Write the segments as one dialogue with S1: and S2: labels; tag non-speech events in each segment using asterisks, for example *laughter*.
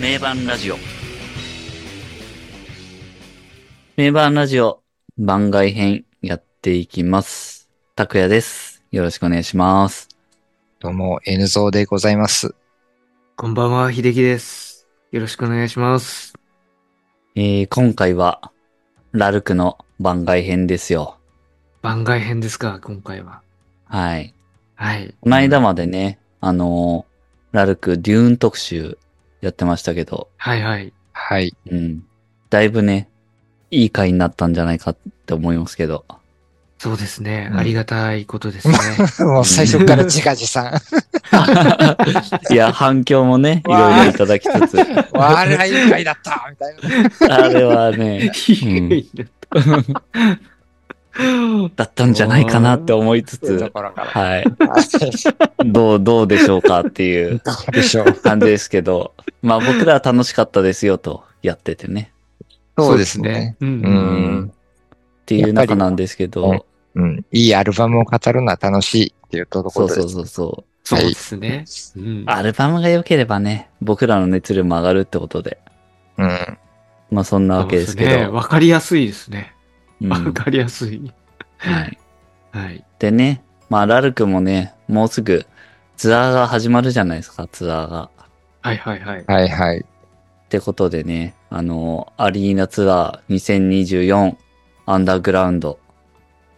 S1: 名盤ラジオ。名盤ラジオ番外編やっていきます。拓也です。よろしくお願いします。
S2: どうも、N ゾーでございます。
S3: こんばんは、秀樹です。よろしくお願いします。
S1: えー、今回は、ラルクの番外編ですよ。
S3: 番外編ですか、今回は。
S1: はい。
S3: はい。
S1: この間までね、あのーラルクデューン特集やってましたけど、
S3: はいはい。
S2: はい。
S1: うん。だいぶね、いい回になったんじゃないかって思いますけど。
S3: そうですね。
S2: うん
S3: ありがたいことですね。
S2: もう最初から自画自 *laughs* 賛。
S1: いや、反響もね、いろいろいただきつつ。
S2: 我ら愉快だったみたいな。
S1: あれはね、
S3: いいな
S1: だったんじゃないかなって思いつ
S2: そういう
S1: つ
S2: と、ころから。
S1: はい。
S2: はいど
S1: どう、どうでしょうかっていう
S2: うでしょう。
S1: 感じですけど、 *laughs* まあ僕らは楽しかったですよとやっててね。
S2: そうですね。。
S3: う。
S2: うん
S1: ん
S2: ん。
S1: っていう中なんですけど、
S2: うん。いいアルバムを語るのは楽しいっていうとこ
S1: そ
S2: ろ
S1: う
S2: で
S1: そう。
S2: す
S1: そうそう。
S3: そうですね。うん
S1: アルバムが良ければね、僕らの熱量も上がるってことで。
S2: うん。
S1: まあそんなわけですけ
S3: そうね
S1: ど。
S3: わかりやすいですね。
S1: うん
S3: わかりやすい。
S1: はい
S3: はい。
S1: でね、まあラルクもね、もうすぐツアーが始まるじゃないですか、ツアーが。
S3: はいはいはい。
S2: はいはい。
S1: ってことでね、あの、アリーナツアー2024アンダーグラウンド。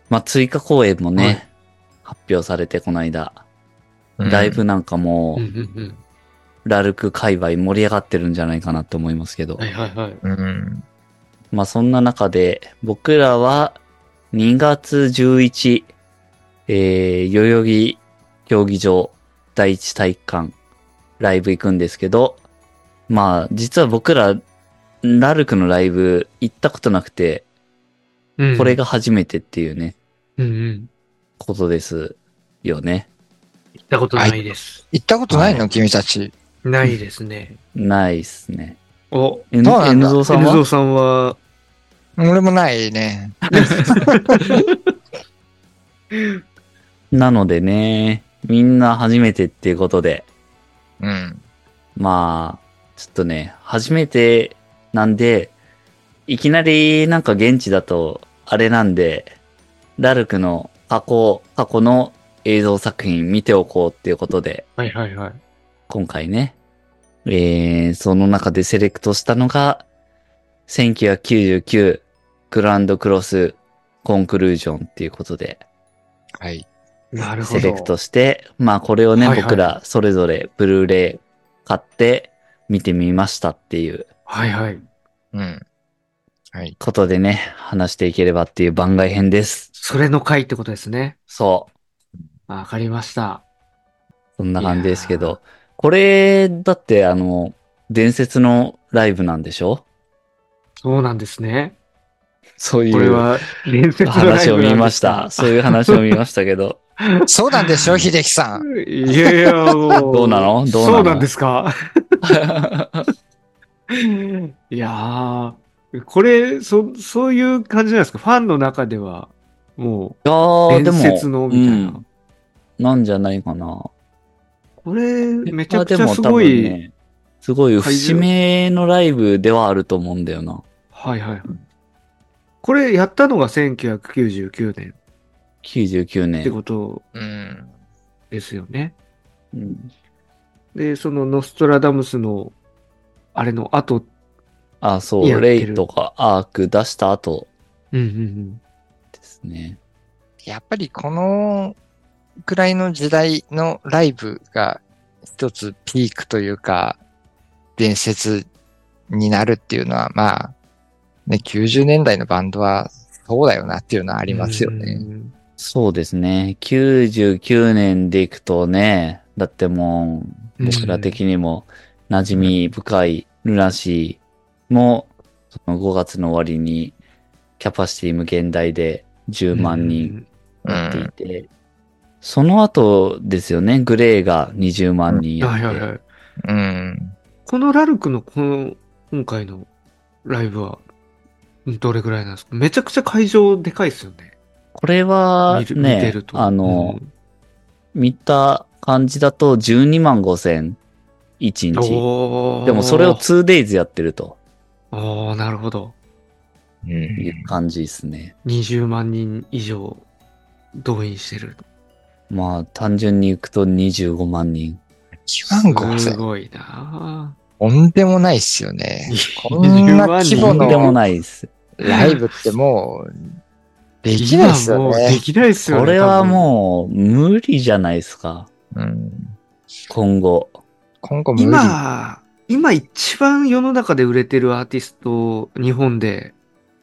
S1: まあ、追加公演もね、
S3: はい
S1: 発表されてこの間。
S2: うん
S1: だいぶ。なんかも
S3: う
S1: う、
S3: んうん
S1: ラルク界隈盛り上がってるんじゃないかなって思いますけど。
S3: うん。はいはいはい。
S2: うん。
S1: まあ、そんな中で、僕らは2月11、えー、代々木競技場第一体育館ライブ行くんですけど、まあ、実は僕ら、ラルクのライブ行ったことなくて、
S3: うん
S1: これ。が初めてっていうね、
S3: うんうん。
S1: ことですよね。
S3: 行ったことないです。
S2: 行ったことない
S1: は
S2: の君たち。
S3: ないですね。
S1: ないっすね。
S3: お、
S1: えん
S2: そうなんだ
S1: N ゾウさん
S3: N ゾ
S1: は
S3: ウさんは、
S2: 俺もないね。
S1: なのでね、みんな初めてっていうことで、
S2: うん。
S1: まあ、ちょっとね、初めてなんで、いきなりなんか現地だと、あれなんで、ラルクの過去、過去の映像作品見ておこうっていうことで、
S3: はいはいはい。
S1: 今回ね、えー、その中でセレクトしたのが、1999グランドクロスコンクルージョンっていうことで、
S2: はい。
S3: なるほ
S1: セ
S3: ど。
S1: レクトして、まあこれをね、
S3: はいはい
S1: 僕らそれぞれブルーレイ買って見てみましたっていう
S3: はいはい。
S2: うん。はい。
S1: ことでね、話していければっていう番外編です。
S3: それの回ってことですね。
S1: そう。
S3: あわかりました。
S1: そんな感じですけ
S3: いや
S1: ど、これ、だってあの、伝説のライブなんでしょ
S3: そうなんですね。
S1: そうい
S3: これ
S1: う
S3: は、伝説の
S1: 話を見ました。そういう話を見ましたけ
S3: *laughs*
S1: ど。
S2: そうなんでしょ、秀樹さん。
S3: ライブなんですね。いやいや、もう
S1: どうなのどうなの
S3: そうなんで
S1: *laughs*
S3: すかいやー、これ、そ、そういう感じなんですかファンの中では、も
S1: いやー、で
S3: 伝
S1: も。
S3: 説のみたいな
S1: うんなんじゃないかな。
S3: う、これ、めちゃくち
S1: まあで
S3: ゃ
S1: も
S3: す
S1: 多
S3: ご
S1: 分
S3: い、
S1: ね、すごい
S3: 会場
S1: 節目のライブではあると思うんだよな。
S3: はいはいはい。これ、やったのが1999年
S1: 99
S3: って
S1: 年。
S3: こと
S2: うん。
S3: ですよね。
S1: うん
S3: で、その、ノストラダムスの、あれの後、
S1: あ、そ
S3: や
S1: う、
S3: って
S1: レ
S3: る
S1: イとかアーク出した後
S3: うんうんうん。
S1: ですね。
S2: やっぱりこのくらいの時代のライブが一つピークというか、伝説になるっていうのは、まあ、ね、90年代のバンドはそうだよなっていうのはあ
S3: あ
S2: りますよね。。
S1: そうですね。99年でいくとね、だってもう、僕ら的にも馴染み深いルナシーも、その5月の終わりに、キャパシティ無限大で10万人
S2: う
S1: やってい
S2: ん。
S1: て、その後ですよね、グレーが20万人
S3: うん。
S1: やっ
S3: は
S1: て、
S3: いはいはい。
S2: うん。
S3: このラルクのこの今回のライブはどれぐらいなんですかめちゃくちゃ会場でかいですよね。
S1: これは
S3: 見る見て
S1: ね
S3: る、と。
S1: あの、見た感じだと12万5千1日。
S3: おー
S1: でもそれを 2days やってると
S3: おーなるほど。
S2: うん
S1: いう感じですね。
S3: 20万人以上動員してる。
S1: まあ単純に行くと25万人。
S2: 1万5
S3: す
S2: 千。
S3: ごいな
S2: とんでもないっすよね。
S3: ぁ
S2: こんな規
S1: と
S2: 模
S1: ん
S2: の
S1: でもないです。
S2: ライブってもう、できないっすよ
S3: 今もうで
S2: ね。
S3: きないっすよね。
S1: これはもう無理じゃないですか。
S2: うん、
S1: 今後。
S2: 今後
S3: 多
S2: 無
S3: 分
S2: 理。
S3: 今、今一番世の中で売れてるアーティスト、日本で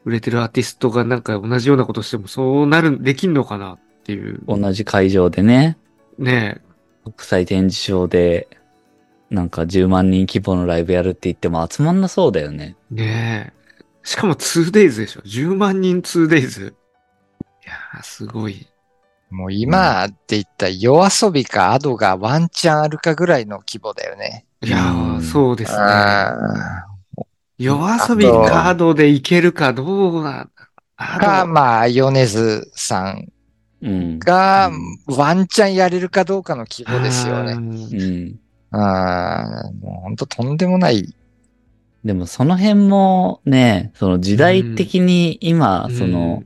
S3: 売れてるアーティストがなんか同じようなことしてもそうなる、できんのかなっていう。
S1: 同じ会場でね、
S3: ね
S1: 国際展示場で、なんか10万人規模のライブやるって言っても集まんなそうだよね。
S3: え、ねえ。しかも 2days でしょ。10万人 2days。いやー、すごい。
S2: もう今って言ったら夜遊びかアドがワンチャンあるかぐらいの規模だよね。
S3: いやー、
S1: うん
S3: そうですね。
S2: あ
S3: 夜遊びカードでいけるかどうな、
S2: ーか、
S3: あの
S2: まあ、ヨネズさん
S1: うん。
S2: が
S1: う
S2: ワンチャンやれるかどうかの規模ですよね。
S1: う
S3: ね。
S1: ん。
S2: ああ、もう本当とんでもない。
S1: でもその辺もね、その時代的に今、その、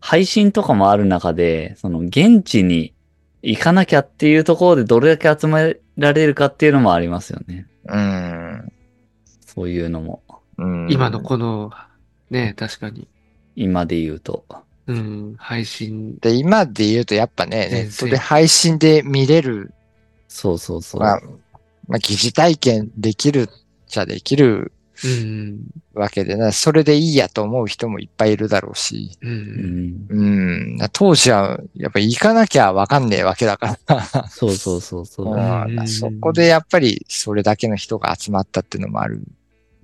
S1: 配信とかもある中で、その現地に行かなきゃっていうところでどれだけ集められるかっていうのもありますよね。
S2: うん。
S1: そういうのも、
S2: うん
S3: 今のこの、ね、確かに。
S1: 今で言うと。
S3: うん、配信。
S2: で、今で言うとやっぱね、ネ
S3: 全然
S2: ットで配信で見れる、
S1: そうそうそう。
S2: まあ、まあ、疑似体験できるっちゃできる
S3: うん、
S2: わけでな、それでいいやと思う人もいっぱいいるだろうし。
S3: う。
S1: うんん、
S2: うん。当時は、やっぱ行かなきゃわかんねえわけだから。
S1: そうそうそうそう。
S2: うんそこでやっぱりそれだけの人が集まったっていうのもある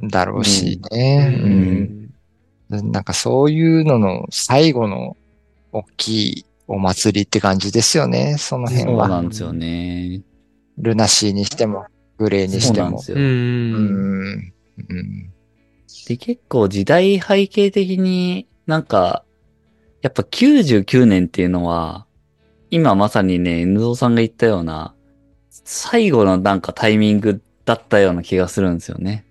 S2: んだろうしね。
S1: うん
S2: うんなんかそういうのの最後の大きいお祭りって感じですよね、その辺
S1: そう
S2: は。
S1: なんですよね。
S2: ルナシーにしても、グレーにし
S1: そう
S2: て
S1: なんで
S2: も。
S1: す
S3: う。
S1: よ。
S2: うんん。うん。
S1: で、結構時代背景的になんか、やっぱ99年っていうのは、今まさにね、N ゾさんが言ったような、最後のなんかタイミングだったような気がするんですよね。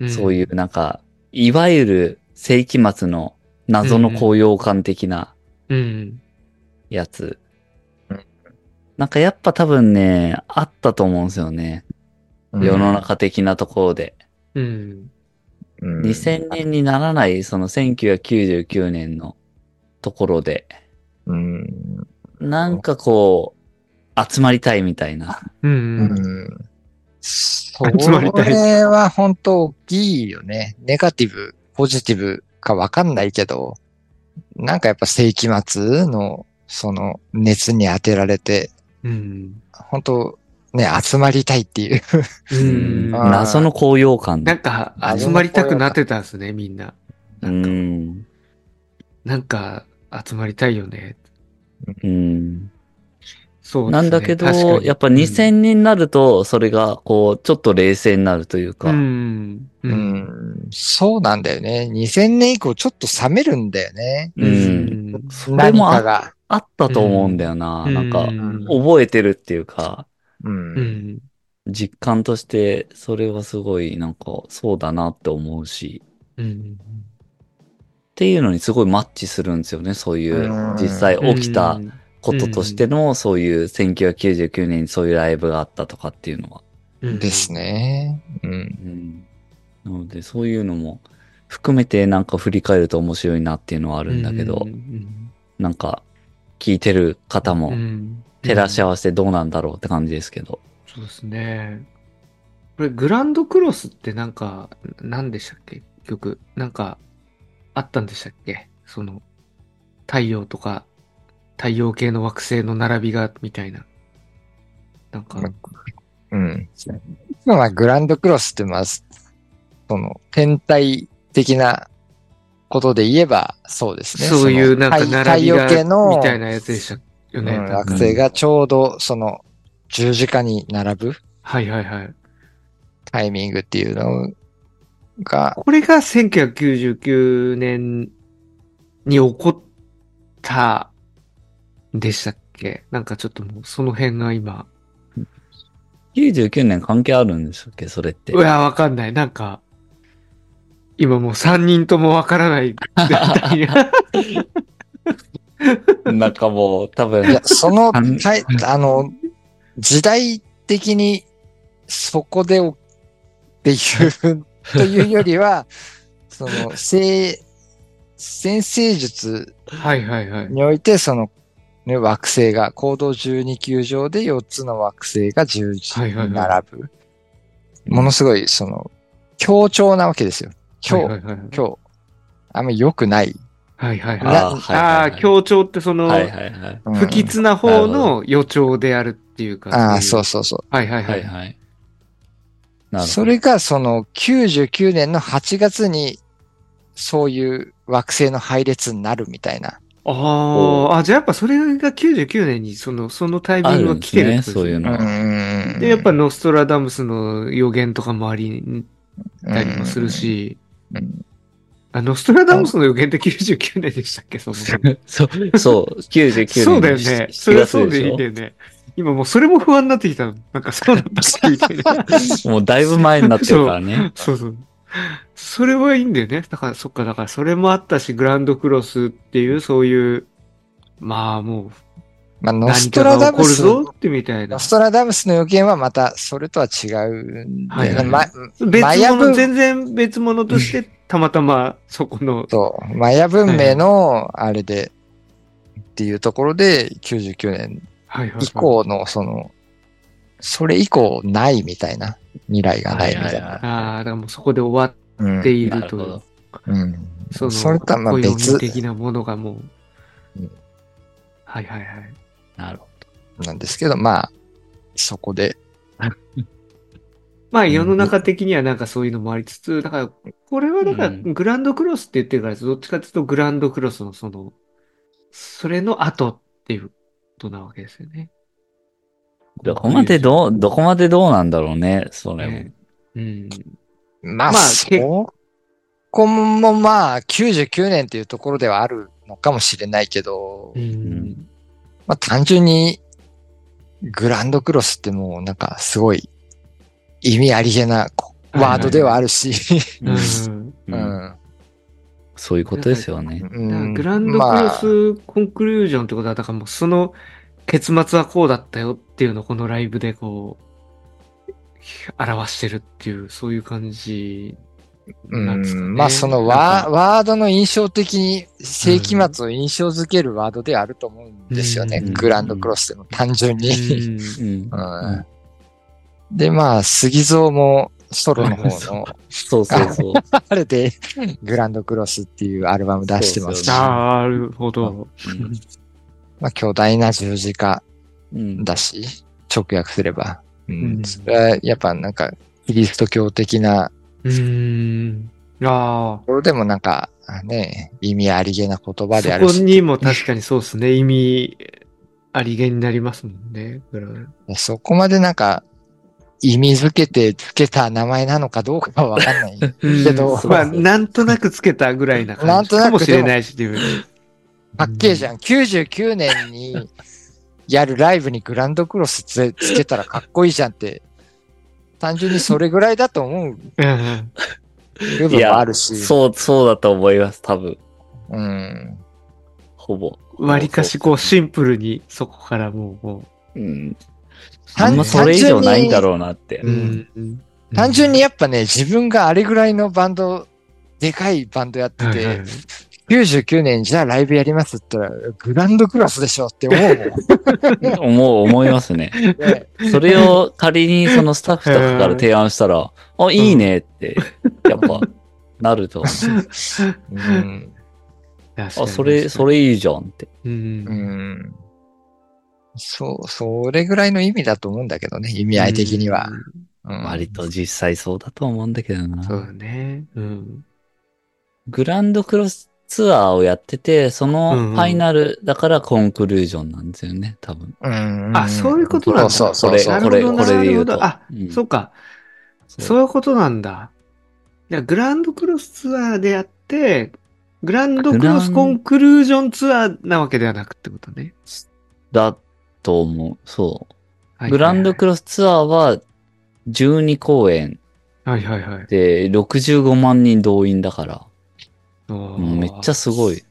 S3: うん
S1: そういうなんか、いわゆる世紀末の謎の高揚感的な
S3: うん。
S1: やつ
S2: うん。
S1: なんかやっぱ多分ね、あったと思うんですよね。
S2: うん
S1: 世の。中的なところで。
S3: うん。
S2: うん
S1: 2000年にならない、その1999年のところで、
S2: うん。
S1: なんかこう、集まりたいみたいな。
S3: う。
S2: うんん。そ
S3: 集まりたい
S2: れは本当大きいよね。ネガティブ、ポジティブかわかんないけど、なんかやっぱ世紀末のその熱に当てられて、
S3: うん。
S2: 本当ね、集まりたいっていう。
S3: うん。
S2: あー
S1: 謎の高揚感。
S3: なんか、集まりたくなってたんですね、みんな。
S1: う
S3: なんか、
S1: ん。
S3: なんか集まりたいよね。
S1: うん。
S3: そうです
S1: な
S3: ね。
S1: んだけど
S3: 確か、に
S1: やっぱ2000になると、それがこう、ちょっと冷静になるというか
S3: う。ん。う。
S2: うんん、そうなんだよね。2000年以降ちょっと冷めるんだよね。
S1: う。
S3: うんん。
S1: それ
S2: 何
S1: も
S2: か
S1: あ
S2: が。
S1: あったと思うんだよな。なんか
S3: う、ん
S1: 覚えてるっていうか、
S2: う。
S3: うんん。
S1: 実感として、それはすごい、なんか、そうだなって思うし。
S3: うん。
S1: っていうのにすごいマッチするんですよね、そういう、実際起きたこととしての、そういう1999年にそういうライブがあったとかっていうのは。
S3: うん
S2: です。ね。うん。
S1: うんなので、そういうのも含めてなんか振り返ると面白いなっていうのはあ
S3: あ
S1: るんだけど、なんか、聞いてる方も照らし合
S3: わ
S1: わせてどうなんだろうって感じですけど。
S3: そうですね。これ、グランドクロスってなんか、何でしたっけ曲。なんか、あったんでしたっけその、太陽とか、太陽系の惑星の並びが、みたいな。なんか、
S2: うん。まあ、グランドクロスって、まあ、その、天体的なことで言えば、そうですね。
S3: そうい
S2: そ
S3: う
S2: の
S3: なんか
S2: 太
S3: 並び
S2: 太陽系
S3: が、
S2: の
S3: みたいなやつでしたよね。
S2: うん惑星がちょうど、その、十字架に並ぶ
S3: はいはいはい。
S2: タイミングっていうのが、
S3: これが1999年に起こったんでしたっけなんかちょっともうその辺が今、
S1: 99年関係あるんでしたっけそれって
S3: う。わ、わかんない。なんか、今もう3人ともわからない。
S1: なんかもう、多分
S2: いや、その、
S1: あん
S2: はい、あの、時代的にそこでおっていう、というよりは、 *laughs* その、せ先生術
S3: はいはいはい。
S2: において、その、ね、惑星が、行動12球場で4つの惑星が
S3: はいはいは
S2: 11
S3: い
S2: に並ぶ。ものすごい、その、強調なわけですよ。強、
S3: はいはいはい。
S2: 強。あんまり良くない。
S3: はいはいはい。
S1: あーはいはい
S3: あ
S1: はい
S3: あ、協調ってその、
S1: はいはいはい。
S2: うん
S3: 不吉な方の予兆であるっていうか。
S2: ああ、そう
S3: いう
S2: そうそう。
S3: はいはいは
S1: はい
S3: い。
S1: はい。なるほど。
S2: それがその99年の8月にそういう惑星の配列になるみたいな。
S3: ああ、あ、じゃあやっぱそれが99年にその、そのタイミングが来てるってこと
S1: あるんですねそういうの
S2: う
S1: が
S2: ん
S3: で、やっぱノストラダムスの予言とかもありたりもする。し
S2: うんうん、
S3: あ、ノストラダムスの予言って99年でしたっけそもそも
S1: そう、そう、99年。
S3: そうだよね。それはそうでいいんだよね。今もうそれも不安になってきたの。なんかそうなんだってみた
S2: *laughs*
S3: いな。
S1: もうだいぶ前になってるからね。
S3: そうそう。それはいいんだよね。だから、そっか、だから、それもあったし、グランドクロスっていう、そういう、まあ、も
S2: まあ、
S3: う、
S2: ノス
S3: 何
S2: ト
S3: か
S2: ラダ
S3: が起
S2: ム
S3: こる
S2: ス、
S3: ぞ
S2: ノ
S3: ってみたいな。
S2: ストラダムスの予言はまたそれとは違うんで、
S3: はいはい
S2: ま、マ
S3: 別
S2: ヤ
S3: 物、
S2: 文
S3: 全然別物として、たまたま、そこの、
S2: とマヤ文明のあれで、っていうところで99年
S3: はいはいはい
S2: 以降のその、それ以降ないみたいな、未来がないみたいな。
S3: ああ、だからもうそこで終わ
S2: う
S3: って
S2: ん
S3: い
S1: な
S3: る
S1: る
S3: と
S1: ほ
S3: いう。
S1: ど。
S2: うん
S3: その、
S2: それとはまあ別
S3: 暦的なものがもう、
S2: うん
S3: はいはいはい。
S1: なるほ
S2: なんですけど、まあ、そこで。
S3: まあ世の中的にはなんかそういうのもありつつ、だから、これはだから
S1: うん
S3: グランドクロスって言ってるから、どっちかっていうとグランドクロスのその、それの後っていうことなわけですよね。
S1: ど。どこまでどう、どこまでどうなんだろうね、それも
S3: ね。うん。
S2: まあ、
S3: まあけ
S2: そこもまあ、99年っていうところではあるのかもしれないけど、
S3: うん。
S2: まあ単純に、グランドクロスってもうなんかすごい意味ありげなこ
S3: はいはい
S2: ワードではあるし、
S1: うん
S3: うん
S1: う
S2: うんん
S1: そういうことですよ
S2: *laughs*
S1: ね。
S2: う
S3: だから
S2: ん
S3: グランド
S2: まあ
S3: クロスコンクルージョンってことは、だからもうその結末はこうだったよっていうのをこのライブでこう、表してるっていう、そういう感じなんですかね。
S2: うんまあその
S3: なん
S2: ワ
S3: か
S2: ワードの印象的に世紀末を印象づけるワードではあると思うんですよね。
S3: うん
S2: グランドクロスでも単純に。
S3: う
S1: うん
S3: ん
S2: *laughs* うんで、まあ、杉蔵もソロの方の
S1: そうそうそう。
S2: あれで、グランドクロスっていうアルバム出してますし、
S1: そうそう
S2: ま
S3: *laughs* なるほど。
S2: あ、巨大な十字架
S1: うん
S2: だし、直訳すれば。うん
S3: うん
S2: それはやっぱなんか、キリスト教的な
S3: うーん。あ
S2: ところでもなんか、ね、意味ありげな言
S3: あ。
S2: 葉
S3: そ
S2: である
S3: こ
S2: し、
S3: にも確かにそうですね。意味ありげになりますもんね。これは
S2: そこまでなんか、意味づけてつけた名前なのかどうかはわか
S1: *laughs*
S2: んない。けど
S3: うんまあ、なんとなくつけたぐらいな
S2: な
S3: 感
S2: ん
S3: じ
S2: となく
S3: かもしれないし、自分
S2: かっけえじゃん。99年にやるライブにグランドクロスつつけたらかっこいいじゃんって、単純にそれぐらいだと思う
S3: うん。
S2: 部分もあるし、
S1: そう、そうだと思います、多分。
S2: うん、
S1: ほぼ。
S3: 割かしこうシンプルにそこからもう、も
S1: うん。あ
S2: 単
S1: んまそれ以上ないんだろうなって
S3: う。。
S2: うん
S3: うん
S2: 単純にやっぱね、自分があれぐらいのバンド、でかいバンドやって
S3: はいはい
S2: て、99年じゃあライブやりますって言ったら、グランドクロスでしょって思うもん。
S1: 思う、思いますね。
S3: *laughs*
S2: ね
S1: それを仮にそのスタッフとかから提案したら、あ、いいねって、やっぱ、なると
S3: *laughs*
S1: 思
S2: うん
S1: う。あ、それ、そ。れいいじゃんって。
S3: 確かに確かにうん
S2: うんそう、それぐらいの意味だと思うんだけどね、意味合い的には。。うん
S1: 割と実際そうだと思うんだけど
S3: そう
S1: な。
S3: だね。うん。
S1: グランドクロスツアーをやってて、そのファイナルだからコンクルージョンなんですよね、多分。
S2: うん
S3: あそういうことなんだ
S2: そうそう
S1: こ
S2: そ
S1: れ、
S2: うそう。
S1: これ、
S3: なるほ
S1: こ
S3: ど
S1: れで言う
S3: なるほ
S1: と。
S3: どあ
S1: うん
S3: そうか。そういうことなんだ。じゃあグランドクロスツアーでやって、グランドクロスコンクルージョンツアーなわけではなくってことね。
S1: だと思う。そう。
S3: はい
S1: グランドクロスツアーは12公演
S3: はいはいはい。
S1: で65万人動員だから、
S3: お
S1: う
S3: ー
S1: んめっちゃすごい。
S3: す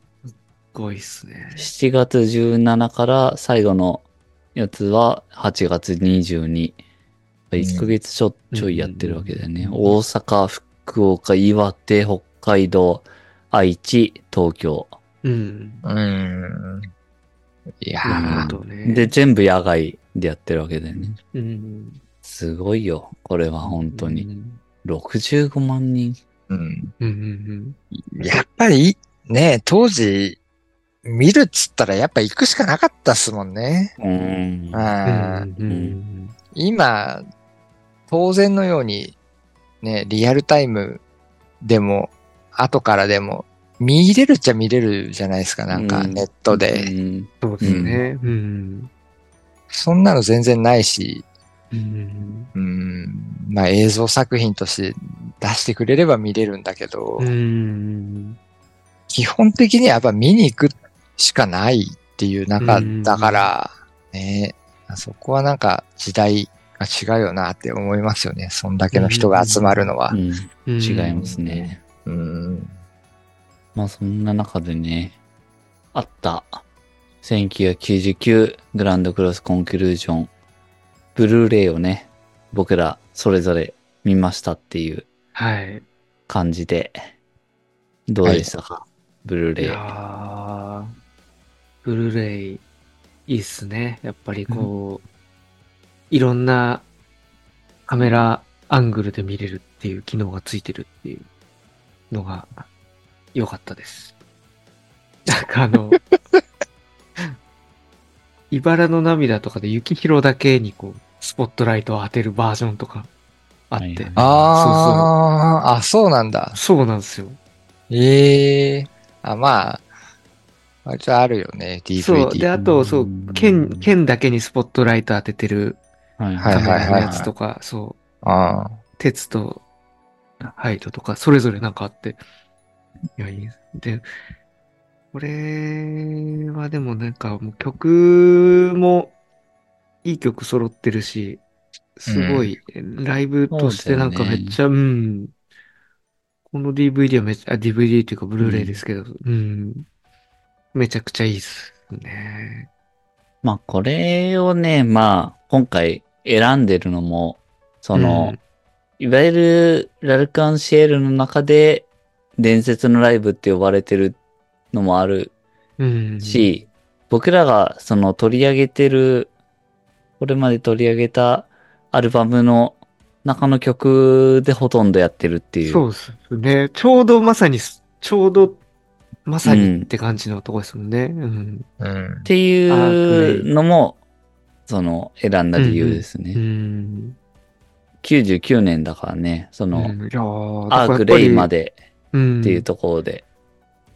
S3: ごいっすね。
S1: 7月17から最後のやつは8月22。1ヶ月ちょちょいやってるわけだよね。
S3: うん
S1: 大阪、福岡、岩手、北海道、愛知、東京。
S3: うん。
S2: うん。いや
S3: な
S2: ー
S3: るほどね。
S1: で、、全部野外でやってるわけだよね。
S3: うん。
S1: すごいよ。これは本当
S3: う
S1: に。
S3: ん
S1: 65万人。
S2: うん。
S3: うんうん
S2: やっぱり、ね、当時、見るっつったらやっぱ行くしかなかったっすもんね。
S1: うん
S2: う。。
S3: うんんうんうん。
S2: 今、当然のように、ね、リアルタイムでも、後からでも、見れるっちゃ見れるじゃないですか、なんか
S1: うん
S2: ネットで。
S1: うん
S3: そうですね。うん。
S2: そんなの全然ないし、
S3: うん。
S2: うん、まあ映像作品として出してくれれば見れるんだけど、
S3: うん。
S2: 基本的にはやっぱ見に行くしかないっていう中
S3: うん
S2: だから、ね、そこはなんか時代が違うよなって思いますよね。そんだけの人が集まるのは
S1: う。ん
S3: うん
S1: 違いますね。
S2: うん。
S1: まあそんな中でね、あった1999グランドクロスコンクルージョン、ブルーレイをね、僕らそれぞれ見ましたっていう
S3: はい。
S1: 感じで、どうでしたか、ブルー
S3: い
S1: レイ。
S3: やーブルーレイ、いいっすね。やっぱりこう、いろんなカメラアングルで見れるっていう機能がついてるっていうのが良かったです。 *laughs* なんかあの、 *laughs* 茨の涙とかで雪広だけにこう、スポットライトを当てるバージョンとかあって、
S1: はいはい
S2: あーあ、そうなんだ。
S3: そうなんですよ。
S2: ええあ、まあ、割とあるよね、DVD。
S3: そう。で、あと、そう
S1: う、ん
S3: 剣、剣だけにスポットライト当ててる
S1: はい
S2: い
S3: カメ
S2: はい
S3: ラのやつとか、そう、
S2: あ
S3: 鉄とハイドとか、それぞれなんかあって。いや、いいです。で、これはでもなんかもう曲もいい曲揃ってるし、すごい、ライブとしてなんかめっちゃ、うん。この DVD はめっちゃ、あ、DVD っていうかブルーレイですけど、うん。めちゃくちゃいいですね。
S1: まあこれをね、まあ今回選んでるのも、その、
S3: うん
S1: いわゆるラルカンシェールの中で伝説のライブって呼ばれてるのもある
S3: うん。
S1: し、僕らがその取り上げてる、これまで取り上げたアルバムの中の曲でほとんどやってるっていう。
S3: そうですね。ちょうどまさにす、ちょうどまさにって感じのとこですもんね。うん。
S2: あ、うん
S1: っ。ていうのも、その選んだ理由ですね。
S3: うん。
S1: 99年だからね、その、
S3: うんいやー
S1: アークレイま。でっ
S3: って
S1: いうところで。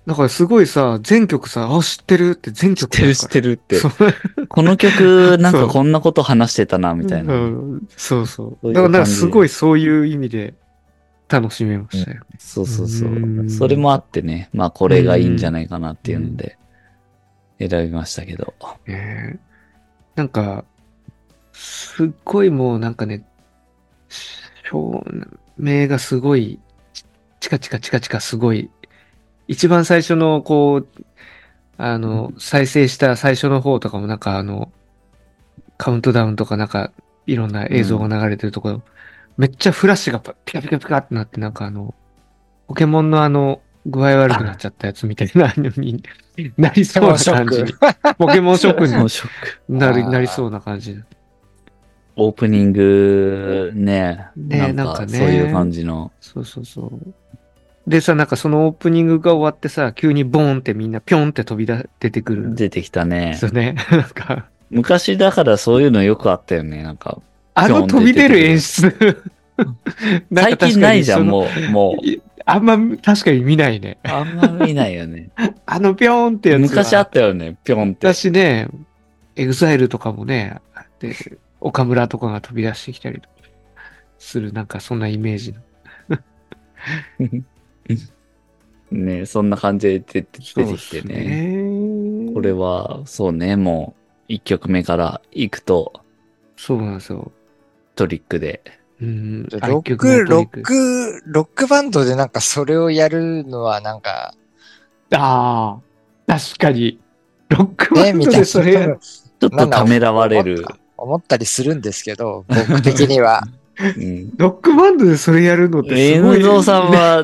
S3: だからすごいさ、全曲さ、あ、知ってるって全曲
S1: 知ってる知ってるって。
S3: るって。
S1: この曲、なん
S3: *laughs* そ
S1: か
S3: う
S1: こんなこと話してたな、みたいな。
S3: うんそうそう
S1: そういう感じ
S3: だからなんかすごいそういう意味で楽しめましたよ。
S1: そうそうそうう。
S3: ん
S1: それもあってね、まあこれがいいんじゃないかなっていうので、選びましたけど。
S3: ねなんか、すっごいもうなんかね、照明がすごい、チチカチカチカチカすごい、一番最初のこう、あの、再生した最初の方とかもなんかあの、カウントダウンとかなんかいろんな映像が流れてるところ、めっちゃフラッシュがパピカピカピカってなってなんかあの、ポケモンのあの、具合悪くなっちゃったやつみたいなのになりそうな感じに。ポケモンショックに
S1: もうショック。
S3: な
S2: あ
S3: り、
S2: ー
S3: なりそうな感じ。
S1: オープニングね、
S3: ね
S1: なん
S3: なんか
S1: か
S3: ね
S1: そういう感じの。
S3: そうそうそう。でさ、なんかそのオープニングが終わってさ、急にボーンってみんなピョンって飛び出出てくるんで
S1: 出てきたね
S3: す。よね。なんか、
S1: 昔だからそういうのよくあったよね。なんか、
S3: あの飛び出る演出。ん
S1: 最
S3: か確かに
S1: 近ないじゃ
S3: そ
S1: ん、
S3: の
S1: もう。もう。
S3: いあんま確かに見ないね。
S1: あんま見ないよ
S3: *laughs*
S1: ね。
S3: あのピョンってやつは。
S1: 昔あったよね、ぴょんって。
S3: 私ね、エグザイルとかもね、で、岡村とかが飛び出してきたりする、なんかそんなイメージ。
S1: ね、そんな感じで出て出てきて
S3: そうっす
S1: ね。これは、そうね、もう、一曲目から行くと、
S3: そうなんですよ。
S1: トリックで。
S3: うん。
S2: ロック、ロッ。ク、ロックバンドでなんかそれをやるのはなんか、
S3: ああ、確かに。ロックバ
S2: ね、
S3: ン
S2: み
S3: ド
S2: たい
S3: で
S2: な。
S3: それやる。
S1: ちょっとためらわれる。
S2: 思ったりするんですけど、僕的に *laughs* は。
S1: うん。
S3: ロックバンドでそれやるのってすごい。
S1: 遠蔵さんは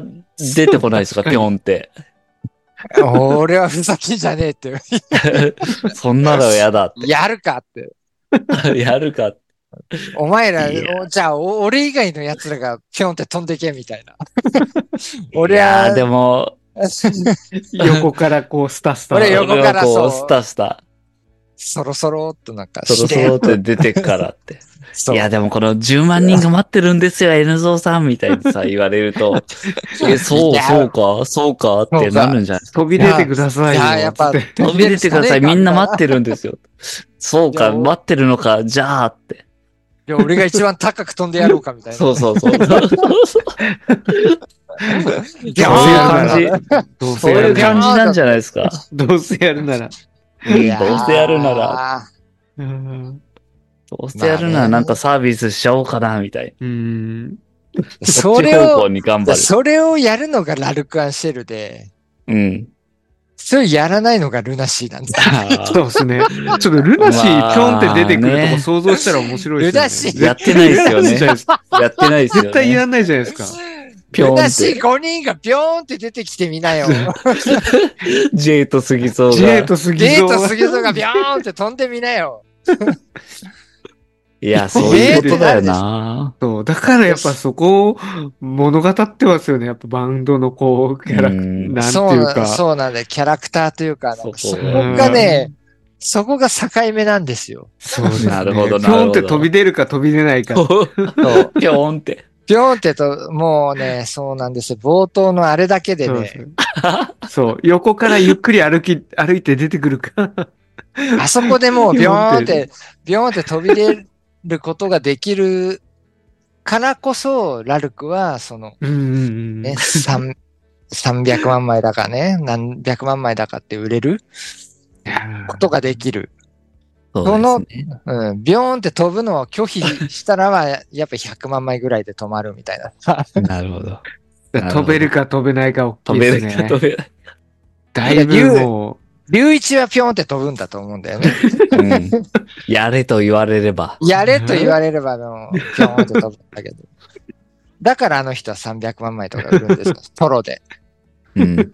S1: 出てこないですか、ぴょんって。 *laughs*
S2: 俺はふざけんじゃねえって。
S1: そんなのやだっ
S2: やるかって。
S1: て。 *laughs* やるか。
S2: お前ら
S1: いや、
S2: おじゃあ、お俺以外の奴らがピョンって飛んでけみたいな。
S1: い
S2: 俺
S1: や
S2: は
S1: ー、でも、
S3: 横からこう、スタスタ。
S2: 俺横
S1: 俺は
S2: から
S1: こ
S2: そう
S1: う、スタスタ、
S2: そろそろっとなんか
S1: そろ
S2: して
S1: そろって出てから *laughs* って。
S2: そう
S1: いや、でもこの10万人が待ってるんですよ、N ゾウさんみたいにさ、言われると、 *laughs* え、そう、
S2: いや
S1: そうか、そうかってなるんじゃないです
S3: 飛び出てくださいよ。
S2: いややっぱ
S3: つて
S1: か。飛び出てください、みんな待ってるんですよ。そう
S2: い
S1: か、
S2: や
S1: 待ってるのか、じゃあって。
S2: いや俺が一番高く飛んでやろうかみたいな。
S1: そうそうそう。そういう感
S2: いやー
S1: じ、
S3: どう
S1: *laughs* そう
S3: せや
S1: い
S3: る
S1: う
S3: な
S1: 感
S3: ら。
S1: じなんじゃないですか。
S3: どうせやるなら。
S1: うんどうせやるなら、。
S3: うん。
S1: どうせやるならなんかサービスしちゃおうかな、みたい
S3: うん。
S2: いや
S1: な。
S2: ーそれ
S1: こっち方向
S2: を、
S1: に頑張る。
S2: それをやるのがラルクアンシェルで、
S1: *laughs* うん。
S2: それをやらないのがルナシーなんだ。
S3: そうですね。ちょっとルナシ
S1: まあ
S3: ー、ぴょんって出てくると
S1: ね
S3: こ想像したら面白いですよ
S2: ル
S3: ね。
S2: ナシー
S1: やってないですよ
S3: ルナシーじゃな
S1: ね
S3: い。ですか
S1: やってないですよね。
S3: 絶対やんないじゃないですか。
S1: ぴょん
S2: ル
S1: って
S2: ナシー5人がピョーンって出てきて
S1: *laughs*
S2: みなよ。
S1: ジェイと杉蔵が。
S3: ジェイと杉
S2: デー
S3: 蔵
S2: ト
S3: は。
S2: 杉蔵がビョーンって飛んでみなよ。
S1: いや、そういうことだよな。
S3: そう。だからやっぱそこを物語ってますよね。やっぱバンドのこう、キャラクタ
S1: う
S3: ー、
S1: ん
S3: なんて
S2: そう
S3: いう
S2: な
S3: か。
S2: そうなんだよ。キャラクターというか、なんか
S1: そ
S2: そうこ
S1: そう
S2: がね、そこが境目なんですよ。
S3: そうですね。
S1: なるほどなるほど
S3: ぴょんって飛び出るか飛び出ないか。
S1: そうピョーンって。
S2: ビョーンってと、もうね、そうなんですよ。冒頭のあれだけで
S3: そう
S2: ね
S3: で、すねそう。横からゆっくり歩き、歩いて出てくるか。
S2: あそこでもうビョーンっ
S3: ビョーン
S2: て、ビョーンって飛び出ることができるからこそ、ラルクは、その、
S3: うんうんうん
S2: ね、。三300万枚だかね、何百万枚だかって売れることができる。
S1: そうですね。
S2: うん、ビョーンって飛ぶのを拒否したらは、やっぱ100万枚ぐらいで止まるみたいな。
S1: なるほど。
S3: 飛べるか飛べないか大き
S1: 飛
S3: い
S1: べ
S3: で
S1: る
S3: す
S1: か
S3: ね。
S1: 飛べない。
S3: だいぶも
S2: 龍一はピョーンって飛ぶんだと思うんだよね。
S1: うん。やれと言われれば。
S2: やれと言われれば、あの、ピョーンって飛ぶんだけど。だからあの人は300万枚とか売るんで
S1: *laughs*
S2: すよ。ソロで。
S1: うん。うん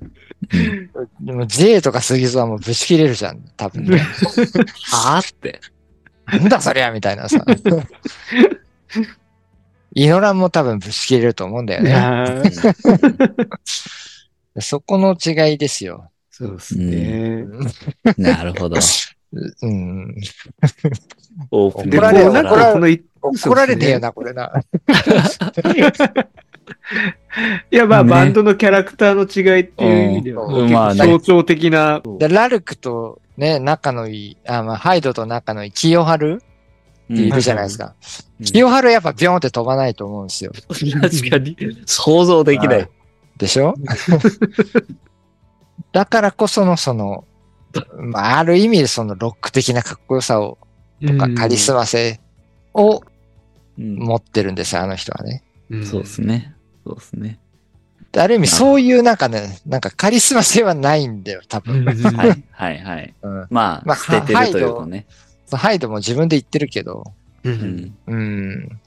S2: でも J とか杉蔵はもうぶち切れるじゃん。多
S1: *laughs*
S2: 分ね。
S1: はぁって。
S2: なんだそりゃみたいなさ。イノランも多分ぶち切れると思うんだよ
S3: う、い
S2: ね。
S3: やー
S2: そこの違いですよ。
S3: そうですね。
S1: なるほど。
S2: うん。
S1: オープニング
S3: で、
S2: 怒
S3: も
S2: られる
S3: う
S1: か
S3: なん
S2: 怒ら
S1: ら。
S2: れ
S3: かこのい、
S2: 怒られてえよな、これな。
S3: いや、まあ、
S1: ね
S3: バンドのキャラクターの違いっていう意味では、
S1: うん
S3: 結
S1: まあ
S3: 構
S1: ね
S3: 象徴的な、
S2: で、ラルクとね、仲のいい、あ、まあ、ハイドと仲のいい清春っているじゃないですか。
S1: うん
S2: 清春やっぱビョンって飛ばないと思うんですよ。
S1: 確かに。想像できな
S2: あ
S1: い。
S2: でしょ *laughs* だからこその、その、まあ、ある意味、そのロック的なかっこよさを、とか、カリスマ性を
S1: うん
S2: 持ってるんですよ、あの人はね。
S3: マ
S1: そうですね。そうですね。
S2: である意味、そういうなんかね、なんかカリスマ性はないんだよ、多分。
S1: は、
S3: はい
S1: はい、はい。
S2: うん
S1: ま
S2: ま
S1: あ、
S2: あ
S1: 捨ててるというかね。
S2: ハイドも自分で言ってるけど、
S3: い。
S1: うん
S2: うん。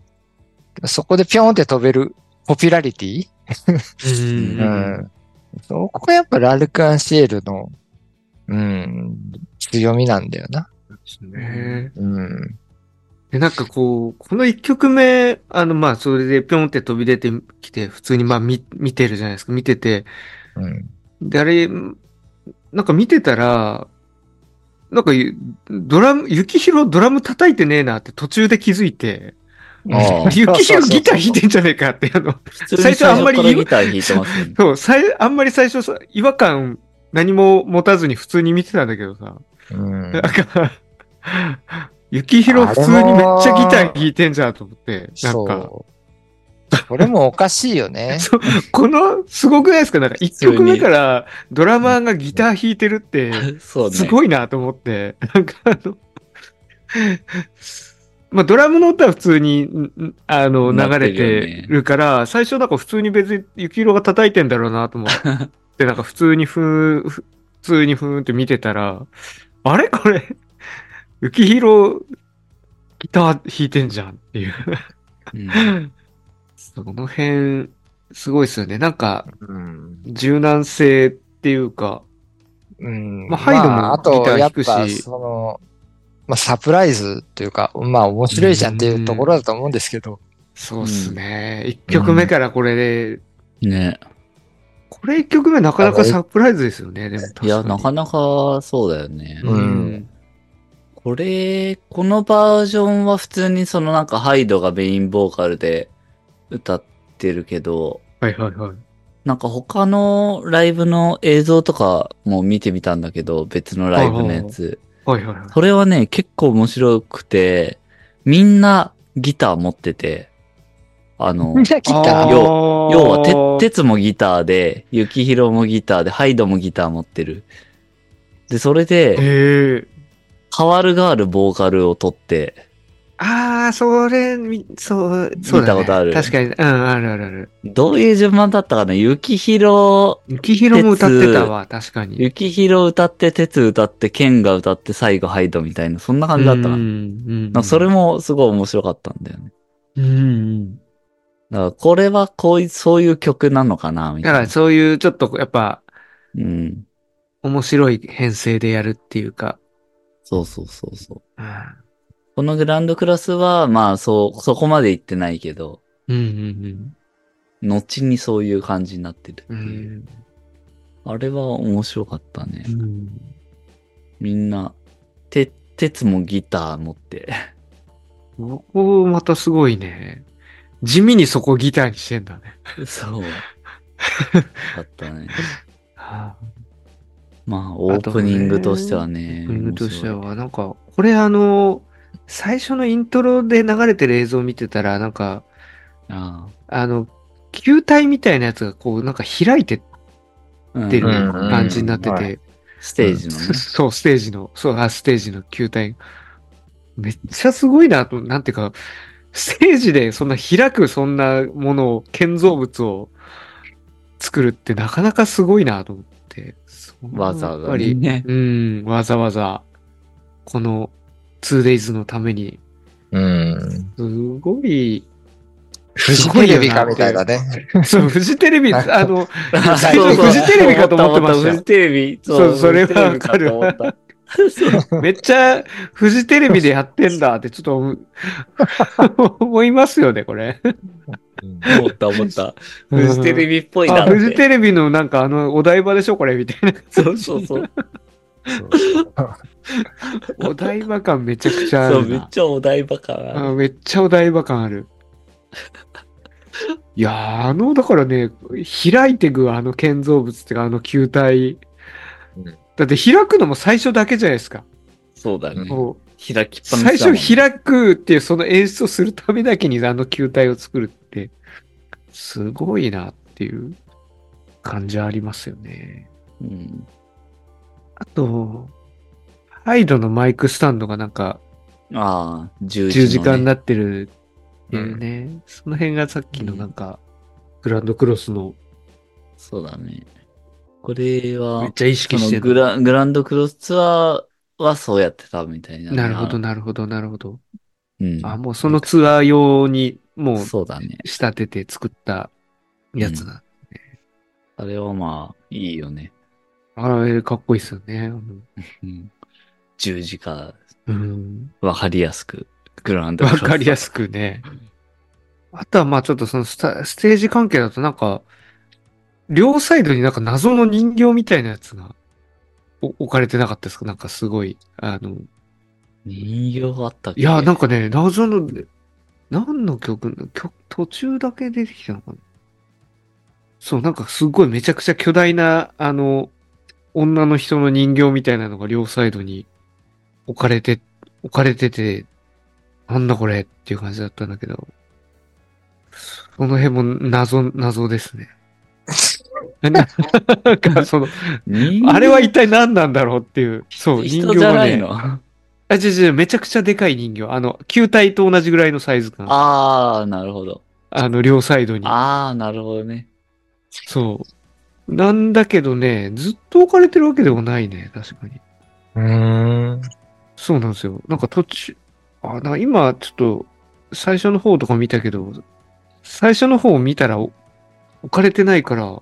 S2: そこでピョンって飛べるポピュラリティ
S3: うん
S1: う
S2: うんそこがやっぱラルク・アンシエルの、うん、強みなんだよな。
S3: ね
S2: うん。
S3: で、なんかこう、この一曲目、あの、まあ、それでぴょんって飛び出てきて、普通にまあ、見、見てるじゃないですか。見てて、
S2: うん。
S3: で、あれ、なんか見てたら、なんかゆ、ドラム、ゆきひろドラム叩いてねえなって途中で気づいて、
S1: ああ
S3: ゆきひろギター弾い
S2: て
S3: てんじゃねえかって、あの、
S1: 最初あんまりギター弾いてますよね。
S3: そう、さいあんまり最初さ、違和感何も持たずに普通に見てたんだけどさ、
S2: うん
S3: なん。か、ゆきひろ普通にめっちゃギター弾いてんじゃんと思って、なんか、
S2: そう。これもおかしいよ
S3: *laughs*
S2: ね。
S3: そうこの、すごくないですかなんか一曲目からドラマーがギター弾いてるって、
S1: そうね。
S3: すごいなと思って、なんかあの、まあ、ドラムの音は普通に、んあの、
S1: な
S3: 流
S1: って
S3: れ
S1: るよね
S3: てるから、最初なんか普通に別に雪色が叩いてんだろうなと思
S1: *laughs*
S3: って、なんか普通にふー、ふ普通にふーんって見てたら、あれこれ、雪色、ギター弾いてんじゃんっていう。
S1: うん
S3: その辺、すごいですよね。なんか、
S2: うん。
S3: 柔軟性っていうか、
S2: うん。
S3: まあハイドも
S2: あと
S3: ギタ
S2: や
S3: ー弾
S2: っ
S3: くし
S2: ぱその、まあ、サプライズというか、まあ、面白いじゃんっていうところだと思うんですけど、
S3: そうっすね。一、曲目からこれで、
S1: ね
S3: これ一曲目なかなかサプライズですよね。でも確か
S1: い
S3: に。
S1: や、なかなかそうだよね。
S2: うん
S1: これ、このバージョンは普通にそのなんかハイドがメインボーカルで歌ってるけど、
S3: はいはいはい。
S1: なんか他のライブの映像とかも見てみたんだけど、別のライブのやつ。
S3: はいはいはい。
S1: それはね、結構面白くて、みんなギター持ってて、あの、
S3: *laughs*
S2: みんなギタ
S1: あ
S2: ー。
S3: 要
S1: 要は、て、鉄もギターで、雪広もギターで、ハイドもギター持ってる。で、それで、
S3: へえ。
S1: カワルガールボーカルを取って、
S3: ああ、それ、みそう、そうだ、ね。
S1: 見たことある
S3: 確かに、うん、あるあるある。
S1: どういう順番だったかな雪広、
S3: 雪広も歌ってたわ、確かに。
S1: 雪広歌って、鉄歌って、剣が歌って、最後ハイドみたいな、そんな感じだったな。
S3: うんうん
S1: なんかそれもすごい面白かったんだよね。
S3: うんうん。
S1: だから、これはこういう、そういう曲なのかな、みたい
S3: だか
S1: な。
S3: らそういう、ちょっと、やっぱ、
S1: うん。
S3: 面白い編成でやるっていうか。
S1: そうそうそうそう。
S3: うん
S1: このグランドクラスは、まあ、そう、そこまで行ってないけど、
S3: うんうん
S1: 後にそういう感じになってるって
S3: うん。う
S1: いう。
S3: ん
S1: あれは面白かったね
S3: う。ん。
S1: みんな、て、鉄もギター持っ
S3: *laughs*
S1: て。
S3: ここ、またすごいね。地味にそこギターにしてんだね。
S1: そう。だったね。
S3: はあ
S1: まあ、オープニングとしてはね。
S3: ブングとして
S1: 面
S3: は、なんか、これあの、最初のイントロで流れてる映像を見てたら、なんか、
S1: 白い。あ
S3: あの、球体みたいなやつがこう、なんか開いてっ
S1: あ。うん
S3: てる
S2: うん
S3: 感じになって
S2: うんうん
S3: て、
S1: ステージのね。
S3: そう、ステージの、そう、あ、ステージの球体。めっちゃすごいなと、なんていうか、ステージでそんな開くそんなものを、建造物を作るってなかなかすごいなと思って。そう
S1: わざ
S3: やっ
S1: わざ
S3: ぱ
S1: ね
S3: り、うん、わざわざ、この 2days のために、
S2: うん。
S3: すご
S2: *laughs*
S3: い、
S2: フジテレビかみたいだね。
S3: そう、フジテレビ、あの、最
S1: そう
S3: 初
S1: そう
S3: フジテレビかと思ってました
S1: フジテレビ。
S3: そうそれはわかる
S1: フジテレビと思ったそう
S3: *laughs* めっちゃフジテレビでやってんだってちょっと *laughs* 思う思いますよね、これ。
S1: 思った思った。フジテレ
S3: ビ
S1: ビっぽいなっ
S3: あ、
S1: て。
S3: フジテレビのなんかあのお台場でしょ、これみたいな。
S1: そうそうそう。
S3: お台場感めちゃくちゃあ
S1: そう、
S3: る
S1: めっ
S3: な。
S1: ちゃお台場感ある
S3: あめっちゃお台場感ある。いやー、あの、だからね、開いてくあの建造物っていうか、あの球体
S2: うん。
S3: だって開くのも最初だけじゃないですか。
S1: そうだね。
S3: こう
S1: 開きっぱな
S3: 最
S1: しだもん。
S3: 初開くっていうその演出をするためだけにあの球体を作るって、すごいなっていう感じはありますよね。
S1: うん。
S3: あと、ハイドのマイクスタンドがなんか
S1: ああ、10時、
S3: 十字架に
S1: な
S3: なってるっていうね、その辺がさっきのなんか、グランドクロスの
S1: そうだね。これ
S3: めっ
S1: は、
S3: ちゃ意識し
S1: そ
S3: て
S1: のグ
S3: る。
S1: ラグランドクロスツアーはそうやってたみたいな。
S3: なるほど、。なるほど、なるほど。
S1: うん。
S3: あ、もうそのツアー用にもう
S1: そうだね。
S3: 仕立てて作ったやつだ。
S1: あれはまあ、いいよね。
S3: あれ、かっこいいですよね。
S1: うん。十字架、
S3: うん
S1: わかりやすく、グランド
S3: わ
S1: クロス。
S3: かりやすくね。あとはまあちょっとそのスタステージ関係だとなんか、両サイドになんか謎の人形みたいなやつがお置かれてなかったですかなんかすごい。あの、
S1: 人形があったっけ
S3: いや、なんかね、謎の、何の曲の曲、途中だけ出てきたのかなそう、なんかすごいめちゃくちゃ巨大な、あの、女の人の人形みたいなのが両サイドに置かれて、置かれてて、なんだこれっていう感じだったんだけど、その辺も謎、謎です *laughs* ね。なんかその、
S1: 人形
S3: あれは一体何なんだろうっていう、そう、人
S1: 人
S3: 形
S1: じゃ
S3: が
S1: ない
S3: ね、
S1: の
S3: あ、違う違う、めちゃくちゃでかい人形。あの、球体と同じぐらいのサイズ感。あ
S1: あー、なるほど。
S3: の、両サイドに。
S1: ああ、なるほどね。
S3: そう。なんだけどね、ずっと置かれてるわけでもないね、確かに。
S2: うーん。
S3: そうなんですよ。なんか途中、あ、な今ちょっと最初の方とか見たけど、最初の方を見たらお置かれてないから、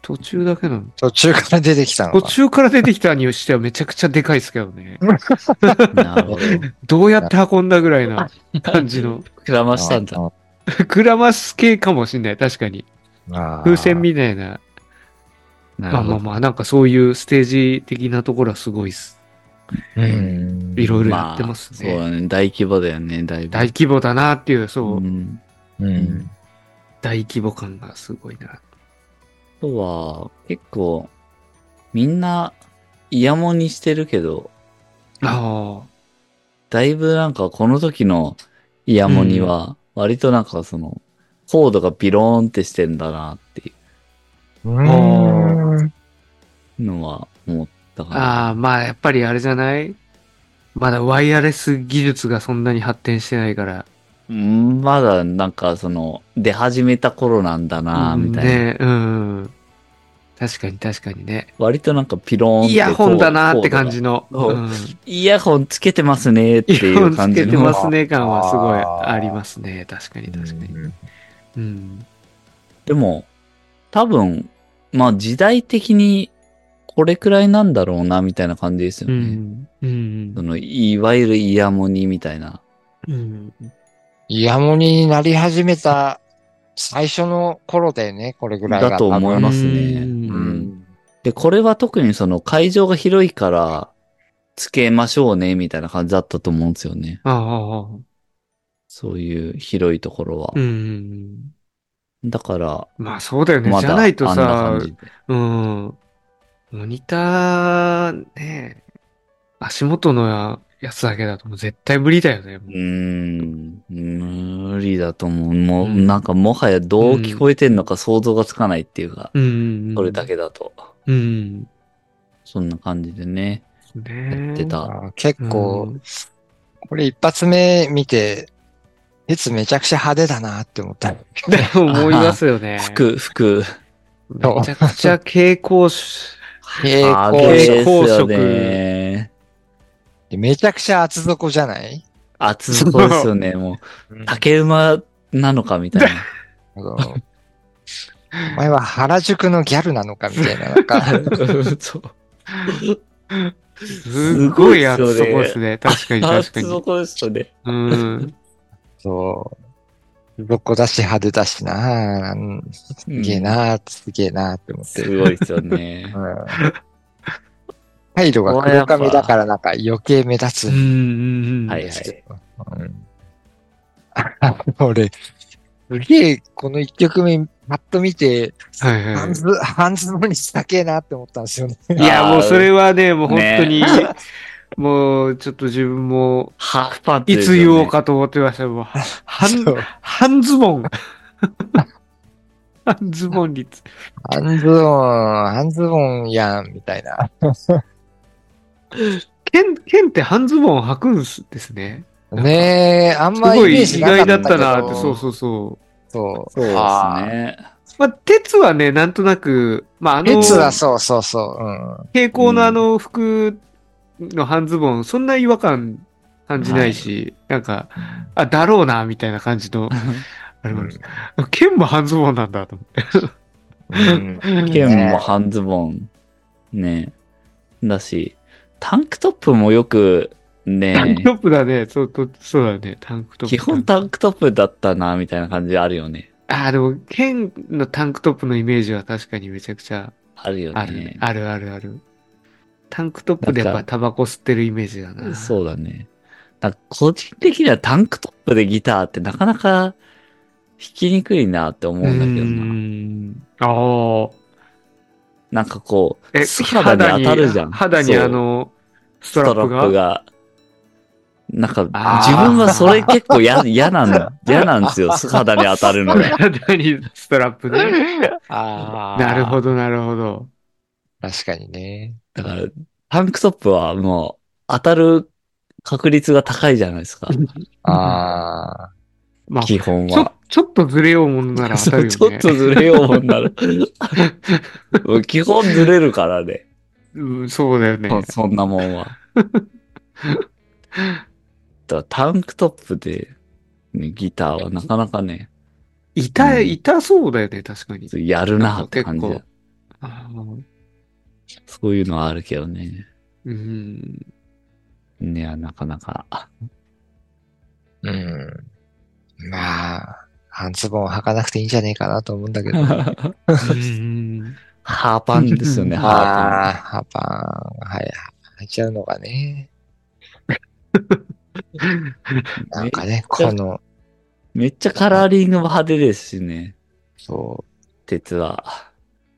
S3: 途中だけなの。
S2: 途中から出てきたのか
S3: 途中から出てきたにしてはめちゃくちゃでかいですけどね。
S1: なるほど。
S3: どうやって運んだぐらいな感じの。 *laughs*
S1: 膨らましたんだ。
S2: あ
S3: 膨らます系かもしんない、確かに。
S2: ー
S3: 風船みたいな。
S1: なる
S3: まあ
S1: ほ
S3: まあ
S1: ど。
S3: まあ、なんかそういうステージ的なところはすごいっす。
S2: うん。
S3: いろいろやってますね。
S1: そうだね。大規模だよね、だいぶ。
S3: 大規模だなっていう、そう、
S1: うん
S2: うん。
S3: 大規模感がすごいな。
S1: あとは、結構、みんな、イヤモにしてるけど、
S3: ああ。
S1: だいぶなんかこの時のイヤモニは、割となんかその、コードがビローンってしてんだなっていう
S2: うん。
S1: うのは思ったかな。
S3: ああ、まあやっぱりあれじゃないまだワイヤレス技術がそんなに発展してないから。
S1: うんまだなんかその、出始めた頃なんだなみたいな。
S3: ね、うん。確かに確かにね。
S1: 割となんかピローンって
S3: イヤホンだなって感。
S1: コードが
S3: じの。
S1: そう
S3: うん
S1: イヤホンつけてますねって
S3: イヤ
S1: い
S3: ホ
S1: う
S3: ン
S1: 感
S3: つ
S1: じ
S3: けて
S1: の。
S3: ますね感はすごい
S2: あー
S3: ありますね。確かに確かに。うん。
S1: でも、多分、まあ時代的にこれくらいなんだろうなみたいな感じですよ
S3: う
S1: ね。
S3: ん。うん
S1: そ。のいわゆるイヤモニみたいな。
S3: うん。
S2: イヤモニになり始めた最初の頃だよね、これぐらいが。
S1: だと思いますね。
S3: うん
S1: うんで、これは特にその会場が広いから、つけましょうね、みたいな感じだったと思うんですよね。
S3: ああ。
S1: そういう広いところは
S3: う。ん。
S1: だから、
S3: まあそうだよね。
S1: ま
S3: じ
S1: だ
S3: ゃないと
S1: あんな
S3: さ
S1: 感、じで。
S3: うん。モニター、ね足元のやつだけだともう絶対無理だよね。
S1: うーん、無理だと思う。もう、
S3: うん
S1: なんかもはやどう聞こえてんのか想像がつかないっていうか、
S3: うん。
S1: それだ。けだと。
S3: うん。ね
S1: そんな感じでね、やってた。
S2: あー結
S3: う
S2: 構
S3: ん、
S2: これ一発目見て、鉄めちゃくちゃ派手だなって思った。
S3: 思いますよね。
S1: *laughs* 服、服。
S3: めちゃくちゃ蛍光し、
S2: 蛍
S1: あ
S2: 光
S1: れ
S2: 色
S1: ですよね。
S2: めちゃくちゃ厚底じゃない
S1: 厚底ですよね。もう、竹馬なのかみたいな。
S2: あのお前は原宿のギャルなのかみたいな、な
S1: *laughs*
S2: ん
S3: *laughs*
S2: か。
S1: そう。
S3: すごい厚
S1: *laughs* すごいっ
S3: 底ですすね。
S1: *laughs*
S3: 確かに確か
S1: 厚
S3: に。
S1: 底ですよね。 *laughs*
S3: うん。
S2: そう。ロコだし派手だしなぁ。すげえなぁ、すげえなぁって思って
S1: す
S2: る。
S1: ごいです
S3: *laughs*
S1: よね
S2: う。ん。態度が黒髪だからなんか余計目立つ
S3: うんん。
S1: はい
S2: ですけど。うん。あ俺、すげえこの一曲目パッと見て、
S3: はいは
S2: ハ
S3: い
S2: ン。ズ、ハンズのにしたけえなって思ったんですよね。
S3: いや、
S1: あー
S3: もうそれはね、もう本当に
S1: ね、
S3: もうちょっと自分も、
S1: ハーフパンツ
S3: い
S1: ですよ
S3: つ
S1: ね
S3: 言おう。かと思ってましたよ。もう、半
S2: そう
S3: 半ズボン。 *laughs* 半ズボン率。
S2: ハンズボン、ハンズボンやん、みたいな。
S3: ケン、ケンって半ズボン履くんすですね。
S2: ねえ、あん
S3: す
S2: ま
S3: ご
S2: イメ
S3: い
S2: ージ
S3: 意
S2: なか
S3: 外
S2: ったけ
S3: だっ
S2: ど
S3: たなって、そうそうそう。
S2: そう。
S1: そうです
S2: あー
S1: ね。
S3: まあ、鉄はね、なんとなく、まあ、あの、
S2: 列は
S3: 蛍
S2: そうそうそう。うん。
S3: 光
S1: うん
S3: のあの服の半ズボン、そんな違和感感じないし、なんか、あ、だろうな、みたいな感じの、あれもあるんですケンも半ズボンなんだと思っ
S2: う
S3: て。
S2: ん
S1: ケンも半ズボン、ね。だし、タンクトップもよく、
S3: タン
S1: ね
S3: ク、トップだね。そう、とそうだね。タンクトップ。
S1: 基本タンクトップだったな、みたいな感じあるよね。
S3: ああ、でも、ケンのタンクトップのイメージは確かにめちゃくちゃ
S1: あるよ
S3: あるね。
S1: ね。
S3: あるあるある。タンクトップでやっ
S1: なんか
S3: ぱタバコ吸ってるイメージだな。
S1: そうだね。なんか個人的にはタンクトップでギターってなかなか弾きにくいなって思
S3: う
S1: うんだけどな。
S3: んだけどな。ああ。
S1: なんかこう、
S3: え、
S1: 素肌に当たるじゃん。
S3: 肌に
S1: そう
S3: あの、ス
S1: ス
S3: ト
S1: ト
S3: ラ
S1: ラ
S3: ップ
S1: ッ
S3: が。
S1: プが、なんか、
S3: あー
S1: 自分はそれ結構
S3: *laughs*
S1: や嫌なんだ、嫌なんですよ。素肌に当たるのが。
S3: 肌にストラップね。
S2: ああ。
S3: なるほど、なるほど。
S2: 確かにね。
S1: だから、タンクトップはも当たる確率が高いじゃないですか。
S2: ああ、
S3: まあ、
S1: 基
S3: ち
S1: 本
S3: ょ
S1: は。、
S3: ちょっとずれようもの
S1: *laughs*
S3: なら当たるよね。
S1: ちょっとずれようもんな
S3: *laughs*
S1: ら。基本ずれるからね。
S3: うん、そうだよね。
S1: *laughs* そそんなもん
S2: *laughs*
S1: は。だタンクトップで、ね、ギターはなかなかね、
S3: 痛
S1: うん
S3: い、痛そうだよね、確かに。
S1: やるなって感じ
S3: 結
S1: だ
S3: 構。あー
S1: そういうのはあるけどね。
S3: うん。
S1: いや、なかな
S2: *laughs*
S1: か。
S2: うん。まあ、半ズボンを履かなくていいんじゃねえかなと思う
S1: *laughs*
S2: んだけど。あ
S3: うん
S1: ハーパンですよね、
S3: うん
S1: ハ
S2: あ、ハパン、はい、履いちゃうのがね。
S1: ーパン。
S2: なんかね、
S1: ちゃ
S2: この、
S1: めっちゃカラーリングも派手ですしね、
S2: そう、
S1: 鉄は。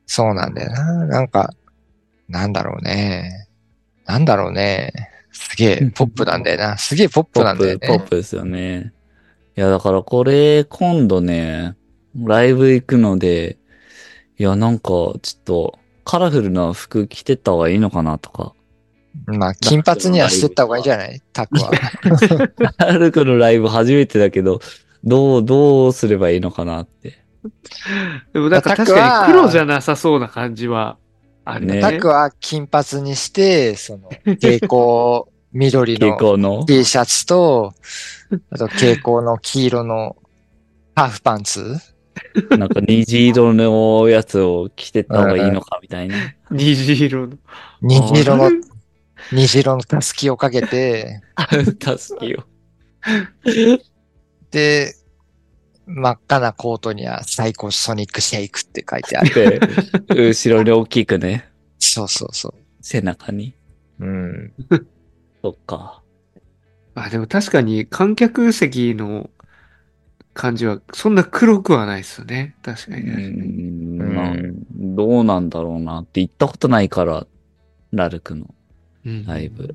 S2: そうなんだよな。なんか、なんだろうね。なんだろうね。すげえ、ポップなんだよな。すげえポッ
S1: ポ
S2: プなん
S1: ッ
S2: だよ
S1: プ、ポ
S2: ね
S1: ッ。プですよね。いや、だからこれ、今度ね、ライブ行くので、いや、なんか、ちょっと、カラフルな服着てった方がいいのかなとか。 *laughs*
S2: まあ、金髪にはしてった方がいいんじゃないタックは。
S1: ハルクのライブ初めてだけど、どう、どうすればいいのかなって。
S3: でもなんか確かに黒じゃなさそうな感じはあるね。
S1: ね
S2: タクは金髪にして、その、蛍光、緑
S1: 蛍
S2: の
S1: 光の。
S2: T シャツと、あと蛍光の黄色のハーフパンツ
S1: なんか虹色のやつを着てった方がいいのかみたいな。
S3: 虹色の。
S2: 虹色
S3: あ
S2: の
S3: れ、
S2: 虹色のたすきをかけて、
S1: *laughs* たすきを。
S2: で、真っ赤なコートには最高ソニックシェイクって書いてある。
S1: で、後ろに大きくね、
S2: そうそうそ
S1: 背中に。
S2: う。うん。
S1: そっか。
S3: *laughs* あ、でも確かに観客席の感じはそんな黒くはないですよね。確か
S1: う
S3: に確かに。
S1: ん、
S2: うん
S1: まあどうなんだろうなって言ったことないから、ラルクの
S3: うん
S1: ライブ。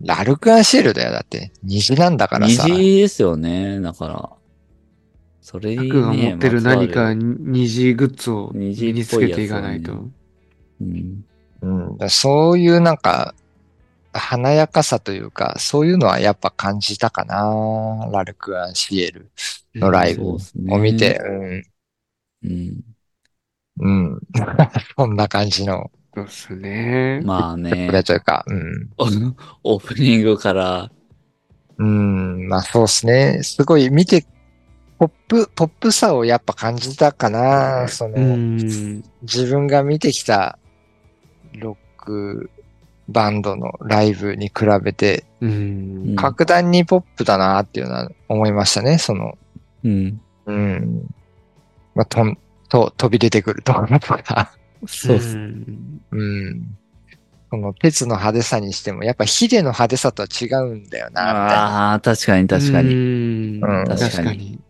S2: ラルクアンシールだよ。だって、虹なんだからさ。
S1: 虹ですよね、だから。それに、ね、
S3: 僕が持って
S1: ま
S3: る
S1: つわ
S3: 何か虹グッズを身につけていかない
S1: 虹っぽいやつを
S3: と。
S1: うん、
S2: うん、だからそういうなんか、華やかさというか、そういうのはやっぱ感じたかな。ラルク・アンシエルのライブ
S1: そうっすね
S2: を見て、うん
S1: うん。
S2: うん。 *laughs* こんな感じの、
S3: そうっすね。
S1: まあね
S2: こ、れというか、うん。
S1: オープオープニングから、
S2: うん、まあそうですね。すごい見て、ポップ、ポップさをやっぱ感じたかな。その、
S3: うん。
S2: 自分が見てきたロックバンドのライブに比べて、
S3: うん。
S2: 格段にポップだなっていうのは思いましたね。その、
S1: うん。
S2: うん。まあ、とん、と、飛び出てくるところとか。 *laughs*
S1: そうっす
S3: うん
S2: うん。この鉄の派手さにしても、やっぱヒデの派手さとは違うんだよな、みたいな。
S1: ああ、確かに確かに。
S3: に
S2: うん
S3: 確
S1: 確か
S3: か
S1: に
S3: に。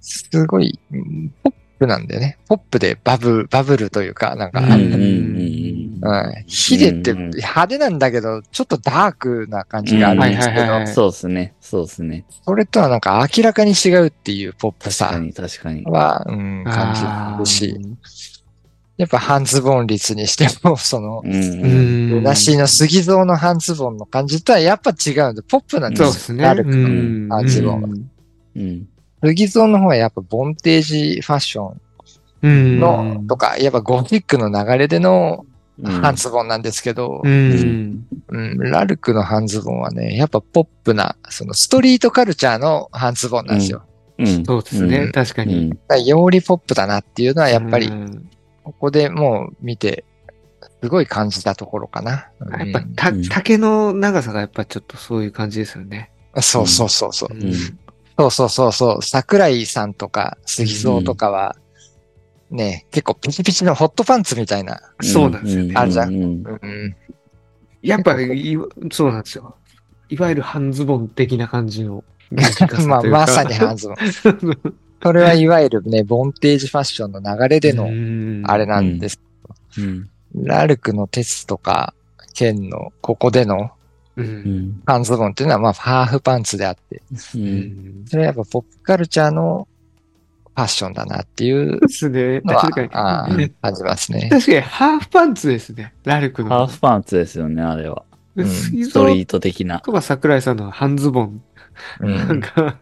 S2: すごい、うんポップなんだよね。ポップでバブ、バブルというか、なんか、
S1: うんうん
S2: う
S1: うん
S2: ん。
S1: うん。
S2: ヒデって
S1: うんうん
S2: 派手なんだけど、ちょっとダークな感じがあるんですけど、
S3: うんはいはいはいはい
S1: そうですね。そうですね。
S2: それとはなんか明らかに違うっていうポップ
S1: 確か
S2: さ
S1: に、確かに。
S2: は、うん、感じるし、
S3: あ
S2: やっぱ半ズボン率にしても、その、
S1: うん
S3: ー。
S1: うん
S3: うん。
S2: らしいの杉蔵の半ズボンの感じとはやっぱ違うんで、ポップなんです
S3: そう
S2: よ。
S3: ですね。
S2: ラルク
S1: の
S3: うん
S2: 半ズボン
S1: うん。
S2: 杉蔵の方はやっぱボンテージファッションの、とか、やっぱゴティックの流れでの
S1: うん
S2: 半ズボンなんですけど
S3: う、ん。
S2: うんラルクの半ズボンはね、やっぱポップな、そのストリートカルチャーの半ズボンなんですよ。
S1: うん。
S3: そうですね、
S1: うん
S3: 確か
S1: う
S3: に。
S1: ん。
S2: だからよりポップだなっていうのはやっぱ
S3: う
S2: り、
S3: ん
S2: ここでもう見て、すごい感じたところかな。
S3: やっぱ
S2: うん
S3: た
S1: うん
S3: 竹の長さがやっぱちょっとそういう感じですよね。
S2: そうそうそうそう
S3: う。
S1: うん
S3: ん
S2: そうそうそうそう。桜井さんとか、杉蔵とかは、ね、結構ピチピチのホットパンツみたいな。
S3: そうなんですよね。
S2: あるじゃん
S1: うん。
S2: うん。
S3: やっぱいわそうなんですよ。いわゆる半ズボン的な感じ
S2: *laughs*
S3: の。
S2: まあ、まさに半ズボン。それはいわゆるね、ボンテージファッションの流れで
S3: *laughs*
S2: の、
S3: の
S2: あれなんです。
S1: うん。
S2: ラルクの鉄とか、剣の、ここでの
S3: う。
S1: うんん。
S2: 半ズボンっていうのは、まあ、ハーフパンツであって、
S1: う。
S3: うんん
S2: それはやっぱポップカルチャーのファッションだなっていう
S3: ですね。
S2: *laughs* のは
S3: 確かに。、
S2: あ
S3: う
S2: ー
S3: ん
S2: 感じますね。
S3: 確かにハーフパンツですね。ラルク
S1: ハー
S3: の。
S1: フパンツですよね、あれは。
S2: うん
S3: 杉
S1: スト
S3: 蔵
S1: リート的な。
S3: とか桜井さんの半ズボン
S2: う
S3: なん
S2: ん。
S3: か、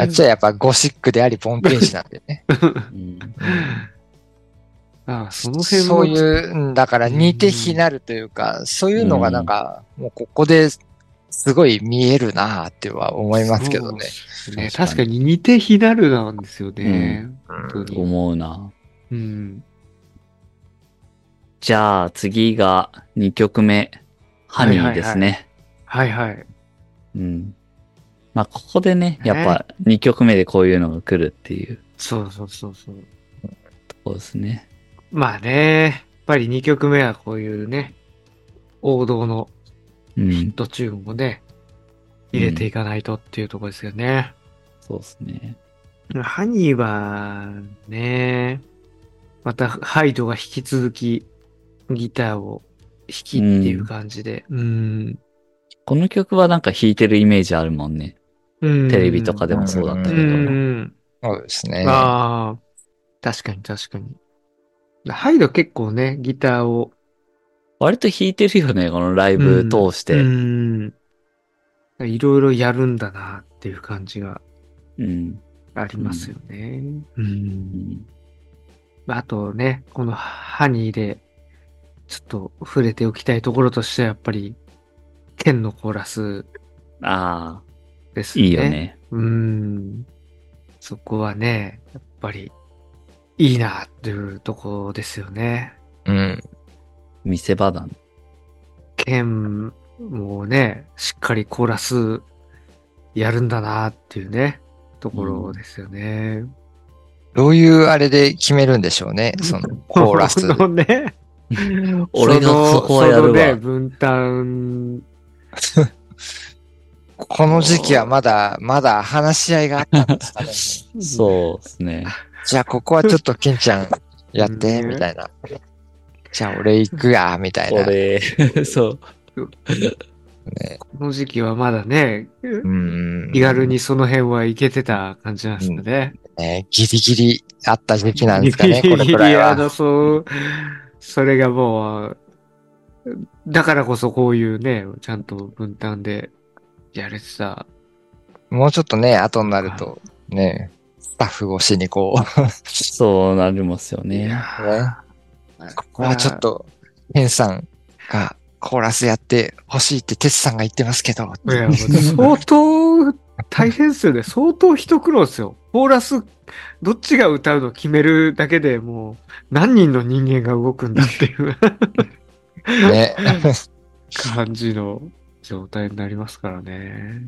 S2: あっちはやっぱゴシックであり、ポンペン師なんで *laughs* ね。
S1: うん
S3: あその辺も
S2: そういう、うんだから似て非なるというか、そういうのがなんか、もうここですごい見えるなっては思いますけどね。
S3: そうですね
S1: 確
S3: 確
S1: か
S3: かに似て非なるなんですよね。
S2: う
S3: 本当に。
S1: 思うな。
S3: うん。
S1: じゃあ次が2曲目、ハニーですね。
S3: はいはい。
S1: うん。まあここでね、
S3: ね
S1: やっぱ2曲目でこういうのが来るっていう
S3: そうそうそうそう。
S1: ところですね。
S3: まあね、やっぱり2曲目はこういうね、王道の
S1: うん。
S3: ドチューンをね、入れていかないとっていうところですよね。
S1: そうですね。
S3: ハニーは、ね、またハイドが引き続きギターを弾きっていう感じで。うん。
S1: この曲はなんか弾いてるイメージあるもんね。
S3: うん
S1: テレビとかでもそうだった
S3: う
S1: けど。
S3: ん。
S2: そうですね。
S3: ああ、確かに確かに。ハイド結構ね、ギターを。
S1: 割と弾いてるよね、このライブ通して。うん。
S3: うん。いろいろやるんだなっていう感じがありますよね。う
S1: う
S3: ん。
S1: ん
S3: あとね、このハニーで、ちょっと触れておきたいところとしては、やっぱり、剣のコーラス
S1: あ
S3: です
S1: あ、
S3: ね。
S1: いいよ。ね。
S3: うん。そこはね、やっぱり、いいなっていうとこですよね。
S2: うん。
S1: 見せ場だね。
S3: 剣もね、しっかりコーラスやるんだなっていうね、ところですよね。
S2: どういうあれで決めるんでしょうね、そのコーラス。
S3: この
S2: *laughs*
S3: ね、
S1: 俺がそこはや
S3: そ
S1: る
S3: のね、
S1: わ。
S3: 分担、
S2: この時期はまだ、まだ話し合いがあったんです
S1: *laughs*
S2: かね。
S1: そうです *laughs* ね。
S2: じゃあここはちょっとケンちゃんやって、みたいな。じゃあ俺行くや、みたいな。
S1: 俺、 *laughs* そう。
S3: この時期はまだね、
S2: うん
S3: 気軽にその辺はいけてた感じなんですよね。
S2: ね。ギリギリあった時期なんです
S3: *laughs*
S2: かね、これ
S3: ギ
S2: く
S3: リギリ
S2: らいは。
S3: 争う。それがもう、だからこそこういうね、ちゃんと分担でやれてた。
S2: もうちょっとね、後になると、ね、スタッフ越しにこ
S1: そうなりますよね。
S2: う、ね、ここはちょっと、ケンさんがコーラスやってほしいってテツさんが言ってますけど、
S3: い
S1: *laughs*
S3: や、もう相当大変ですよね。相当一苦労ですよ。コーラス、どっちが歌うの決めるだけでもう何人の人間が動くんだっていう
S1: *laughs*
S2: ね。
S3: 感じの状態になりますからね。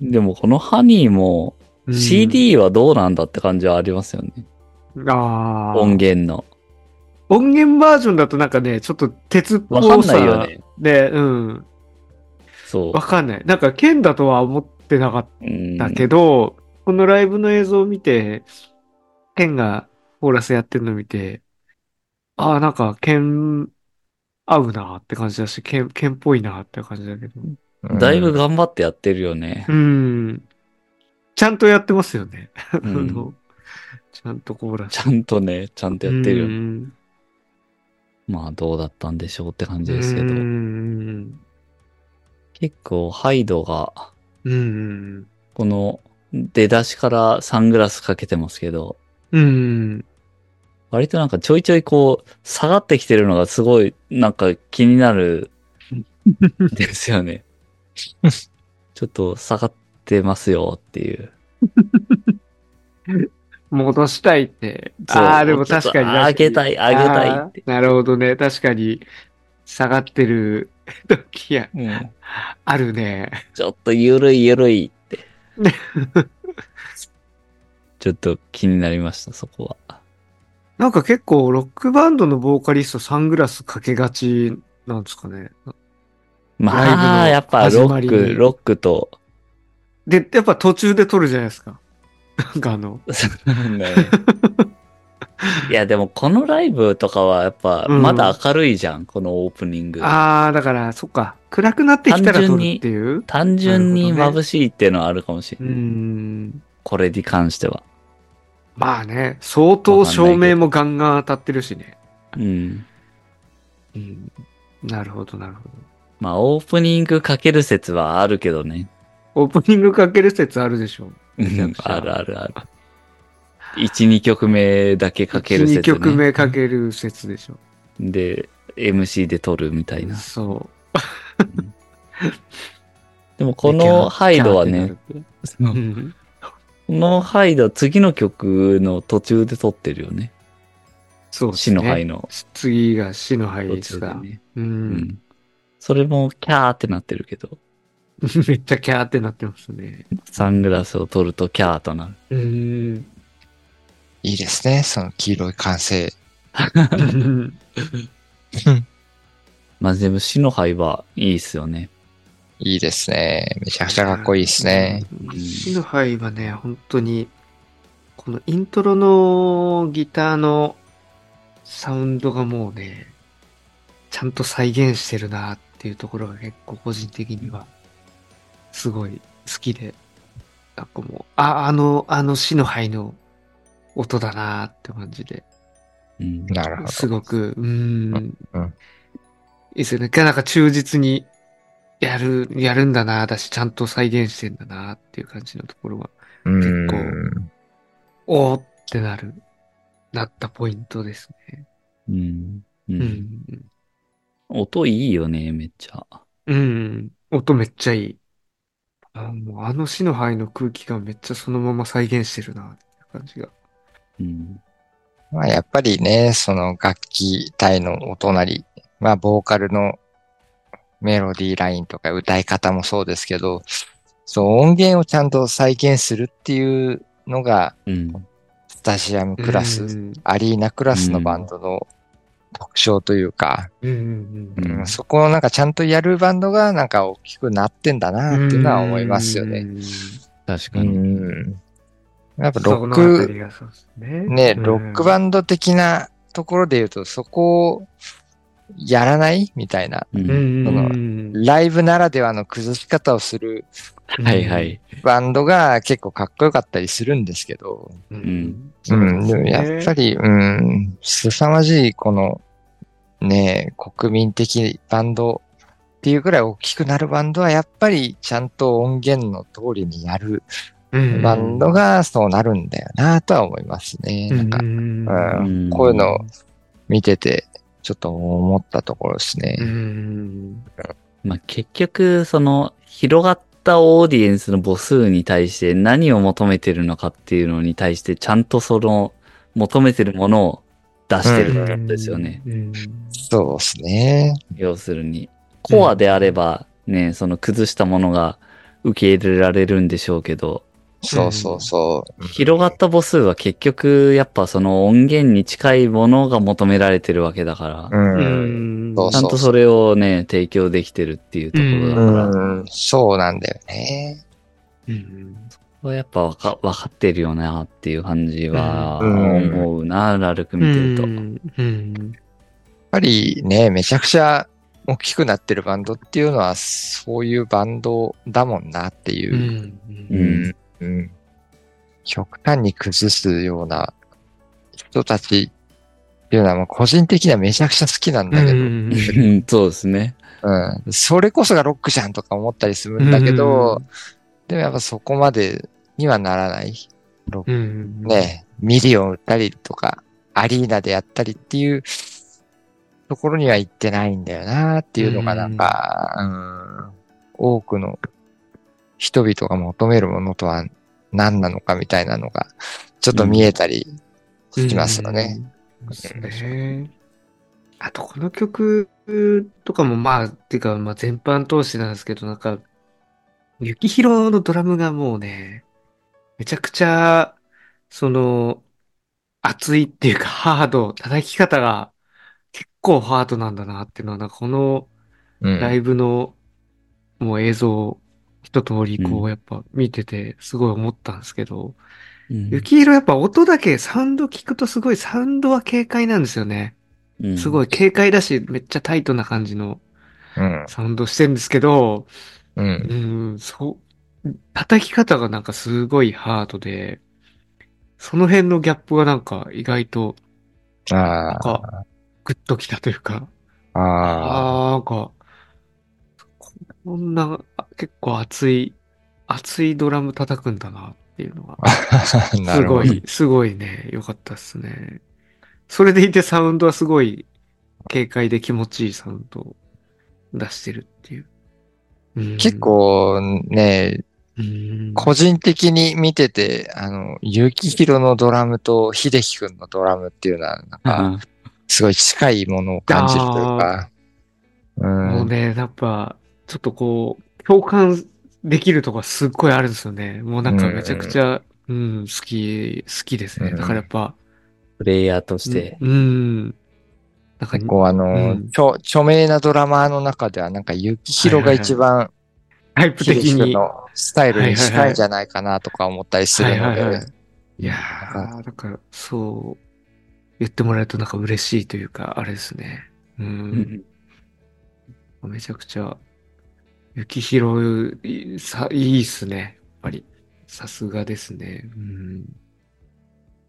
S1: でもこのハニーも
S3: うん
S1: CD はどうなんだって感じはありますよね。
S3: あー
S1: 音源の。
S3: 音源バージョンだとなんかね、ちょっと鉄っぽ
S1: わ
S3: さ
S1: かんないよね。
S3: で、うん。
S1: そう
S3: わ。かんない。なんか剣だとは思ってなかっ
S1: うん
S3: たけど、このライブの映像を見て、剣がコーラスやってるのを見て、ああ、なんか剣合うなって感じだし、剣、剣っぽいなって感じだけど。
S1: *laughs* だいぶ頑張ってやってるよね
S3: う。ん。ちゃんとやってますよね。
S1: う
S3: *laughs* あ
S1: ん
S3: のちゃんとコーラス
S1: ちゃんとね、ちゃんとやってるよ
S3: う
S1: ね。
S3: ん
S1: まあどうだったんでしょうって感じですけ
S3: う
S1: ど。
S3: ん。
S1: 結構ハイドが、
S3: うん。
S1: この出だしからサングラスかけてますけど、
S3: うん。
S1: 割となんかちょいちょいこう、下がってきてるのがすごい、なんか気にな
S3: *laughs*
S1: るですよね。ちょっと下がってますよっていう。
S3: 戻したいって。ああ、でも確かに。
S1: あげた
S3: い、
S1: い、あげたいって。
S3: なるほどね。確かに、下がってる *laughs* 時や、
S1: うん
S3: あるね。
S1: ちょっとゆるいゆるい
S3: *laughs*
S1: って。ちょっと気になりました、そこは。
S3: なんか結構、ロックバンドのボーカリストサングラスかけがちなんですかね。
S1: まあ、
S3: ライブの
S1: やっぱロ
S3: 始まり
S1: ック、
S3: に
S1: ロック
S3: *laughs*
S1: と、
S3: で、やっぱ途中で撮るじゃないですか。なんかあの、
S1: いや、でもこのライブとかはやっぱ、
S3: うん
S1: まだ明るいじゃん、このオープニング。
S3: ああ、だから、そっか、暗くなってきたら撮るっていう。
S1: 単純に
S3: なるほど
S1: 眩しいっていうのはあるかもし
S3: う
S1: れ
S3: ー
S1: ない。
S3: ん。
S1: これに関しては。
S3: まあね、相当照明もガンガン当たってるしね。
S1: うん。
S3: うん。なるほど、なるほど。
S1: まあ、オープニングかける説はあるけどね。
S3: オープニングかける説あるでしょ。
S1: うんあるあるある。1、2曲目だけかける説、
S3: 2
S1: ね。
S3: 曲目かける説でしょ。
S1: で、MC で撮るみたいな。
S3: そう。
S1: でもこのハイドはね、その
S3: う
S1: こ
S3: ん。
S1: のハイドは次の曲の途中で撮ってるよね。
S3: そうです
S1: 死
S3: ね。
S1: のハイの
S3: 次が死の灰
S1: 途
S3: で
S1: 中
S3: す
S1: で
S3: が。
S1: ね。
S3: う。
S1: うんん。それもキャーってなってるけど、
S3: *laughs* めっちゃキャーってなってますね。
S1: サングラスを撮るとキャーとなる。 *laughs*
S3: うん。
S2: いいですね、その黄色い完成。
S1: まあでも死の灰はいいっすよね。
S2: いいですね。めちゃくちゃかっこいいですね。
S1: ん
S3: 死の灰はね、本当に、このイントロのギターのサウンドがもうね、ちゃんと再現してるなっていうところが結構個人的には、すごい好きで、なんかもう、あ、あの、あの死の灰の音だなって感じで、
S1: うん。
S2: なるほど。
S3: すごく、うーん
S2: うん。
S3: いいですよね。なんか忠実にやる、やるんだな、だし、ちゃんと再現してんだな、っていう感じのところが、
S2: うん
S3: 結構おーってなる、なったポイントですね。
S1: うん。う。
S3: うんん。
S1: 音いいよね、めっちゃ。
S3: うん。音めっちゃいい。あもうあの死の灰の空気感めっちゃそのまま再現してるな、っていう感じが。
S1: うん。
S2: まあやっぱりね、その楽器体の音なり、まあボーカルのメロディーラインとか歌い方もそうですけど、そう音源をちゃんと再現するっていうのが、
S1: うん。
S2: スタジアムクラス、
S3: うん。
S2: アリーナクラスのバンドの特徴というか、
S3: うんうん
S1: うん
S2: うんそこをなんかちゃんとやるバンドがなんか大きくなってんだ
S3: う。
S2: なんっていうのは思いますよね。
S3: うん。
S1: 確か
S2: う
S1: に。
S2: ん。やっぱロッ
S3: そこのあ
S2: ク
S3: た、りがそうですね。
S2: ね、
S3: うん
S2: ロックバンド的なところで言うと、そこをやらないみたいな。
S1: う。
S3: うんんうんうん
S2: ライブならではの崩し方をする
S3: うん。
S1: はいはい。
S2: バンドが結構かっこよかったりするんですけど、
S3: うんん。
S2: うん、でもやっぱ
S3: り。
S2: り、うん、凄まじいこの、ね、国民的バンドっていうくらい大きくなるバンドはやっぱりちゃんと音源の通りにやる
S3: うん
S2: バンドがそうなるんだよなとは思いますね。なんか
S3: うん
S2: うん
S1: ん
S2: こういうのを見てて、ちょっと思ったところですね。
S3: うん
S1: まあ、結局、その、広がったオーディエンスの母数に対して何を求めてるのかっていうのに対して、ちゃんとその、求めてるものを出してるってことですよね。。
S3: うん
S2: そうですね。
S1: 要するに。コアであれば、ね、その崩したものが受け入れられるんでしょうけど、
S2: そうそうそう。
S1: 広がった母数は結局、やっぱその音源に近いものが求められてるわけだから、
S2: う。
S3: うんん
S2: そう
S1: ちゃんとそれをね、提供できてるっていうところだ
S2: う
S1: から、
S2: ん、そうなんだよね。
S3: うん
S1: これやっぱわか分かってるよなっていう感じは
S2: うん
S1: 思うな、ラルク見てると。
S3: う
S2: や
S3: ん
S2: っぱりね、めちゃくちゃ大きくなってるバンドっていうのは、そういうバンドだもんなっていうう。
S3: ん
S2: うん。うん極端に崩すような人たちっていうのは、もう個人的にはめちゃくちゃ好きなんだけど、
S1: うんそうですね。
S2: うん。それこそがロックじゃんとか思ったりするんだけど、でもやっぱそこまでにはならない。
S3: うん
S2: ね、ミリオン売ったりとか、アリーナでやったりっていうところには行ってないんだよなっていうのがなんか、うん、多くの人々が求めるものとは何なのかみたいなのが、ちょっと見えたりしますよね。
S3: うん。そうですね。あと、この曲とかも、まあ、っていうか、まあ、全般通してなんですけど、なんか、雪広のドラムがもうね、めちゃくちゃ、その、熱いっていうか、ハード、叩き方が結構ハードなんだなっていうのは、なんかこの
S2: うん
S3: ライブの、もう映像を一通りこ
S1: う
S3: うやっぱ見ててすごい思ったんですけど、
S1: うん
S3: 雪色やっぱ音だけサウンド聞くとすごいサウンドは軽快なんですよね。すご
S1: い。
S3: い軽快だしめっちゃタイトな感じの
S2: うん
S3: サウンドしてるんですけど、
S2: うん
S3: うん、そう、叩き方がなんかすごいハードで、その辺のギャップがなんか意外となん
S2: あ
S3: かグッときたというか、
S2: あ、ああ、
S3: あーなんか、こんなあ結構熱い、熱いドラム叩くんだなっていうのが、
S2: *laughs* な
S3: す
S2: るほど。
S3: ごい、すごいね、良かったっすね。それでいてサウンドはすごい軽快で気持ちいいサウンドを出してるっていう。うん
S2: 結、構ね、
S3: うん
S2: 個人的に見てて、あの、ゆきひろのドラムと秀樹くんのドラムっていうのは、なんか、
S1: あ
S2: すごい近いものを感じるというか、う。
S3: もうんね、やっぱ、ちょっとこう、共感できるとこがすっごいあるんですよね。もうなんかめちゃくちゃ、うん、好き、好きですね。
S2: うん
S3: だからやっぱ、
S1: プレイヤーとして。
S3: うんうん。なんか、
S2: 結構あの、
S3: うん
S2: 著著名なドラマーの中では、なんか、ゆきひろが一番、
S3: タイプ
S2: 秀
S3: 的
S2: 樹くん
S3: に。
S2: のスタイルに
S3: はいはい
S2: 近
S3: はいい
S2: んじゃないかなとか思ったりするの
S3: はいはいは
S2: で
S3: い、いやー、だから、そう、言ってもらえるとなんか嬉しいというか、あれですね。う。
S1: うんん
S3: めちゃくちゃ、雪拾い、さ、いいっすね。やっぱり。さすがですね。うん。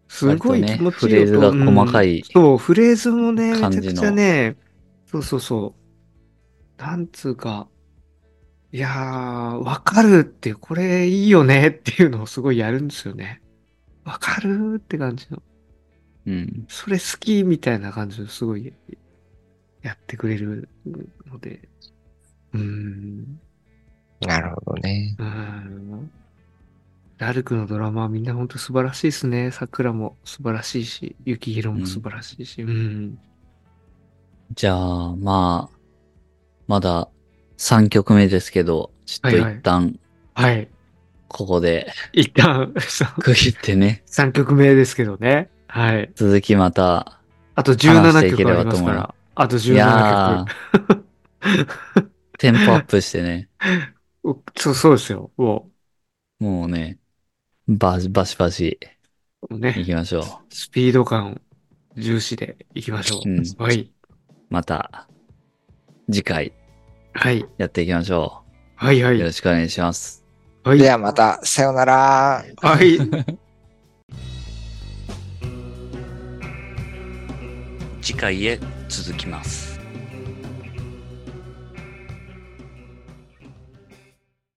S3: すごい
S1: 割とね
S3: 気持
S1: フ
S3: ちいい音。
S1: レーズが細かい
S3: うんそう、フレーズもね、め
S1: 感
S3: ち
S1: じ
S3: ゃ
S1: の
S3: くちゃね、そうそうそう。なんつうか、いやー、わかるって、これいいよねっていうのをすごいやるんですよね。わかるって感じの。
S1: うん。
S3: それ好きみたいな感じですごいやってくれるので、うーん、
S2: なるほどね。
S3: うーん。ラルクのドラマはみんな本当素晴らしいですね。桜も素晴らしいし、雪広も素晴らしいし、うん。
S1: じゃあ、まあ、まだ3曲目ですけど、ちょっと
S3: はいはい
S1: 一旦
S3: はい。
S1: ここで
S3: 一旦、 *laughs* そう
S1: 区切ってね、
S3: 3曲目ですけどね。はい。
S1: 続きまた、
S3: あと
S1: 話して
S3: 17
S1: いけ
S3: 曲
S1: れ
S3: あ
S1: ば
S3: り
S1: と
S3: ます
S1: 思
S3: か
S1: い
S3: ら。あと
S1: いや
S3: 17曲。
S1: *laughs* ー、テンポアップしてね、
S3: おそうそうですよ。も
S1: もうね、バシバシバシ
S3: う、もうね。
S1: 行きましょう。
S3: スピード感重視でいきましょう。
S1: うん
S3: はい。
S1: また、次回
S3: はい。
S1: やっていきましょ
S3: はいは
S1: う。よろ
S3: い。
S1: しくお願いします。
S3: は
S2: で
S3: い。
S2: はまた、さようなら。
S3: はい。
S1: 次回へ続きます。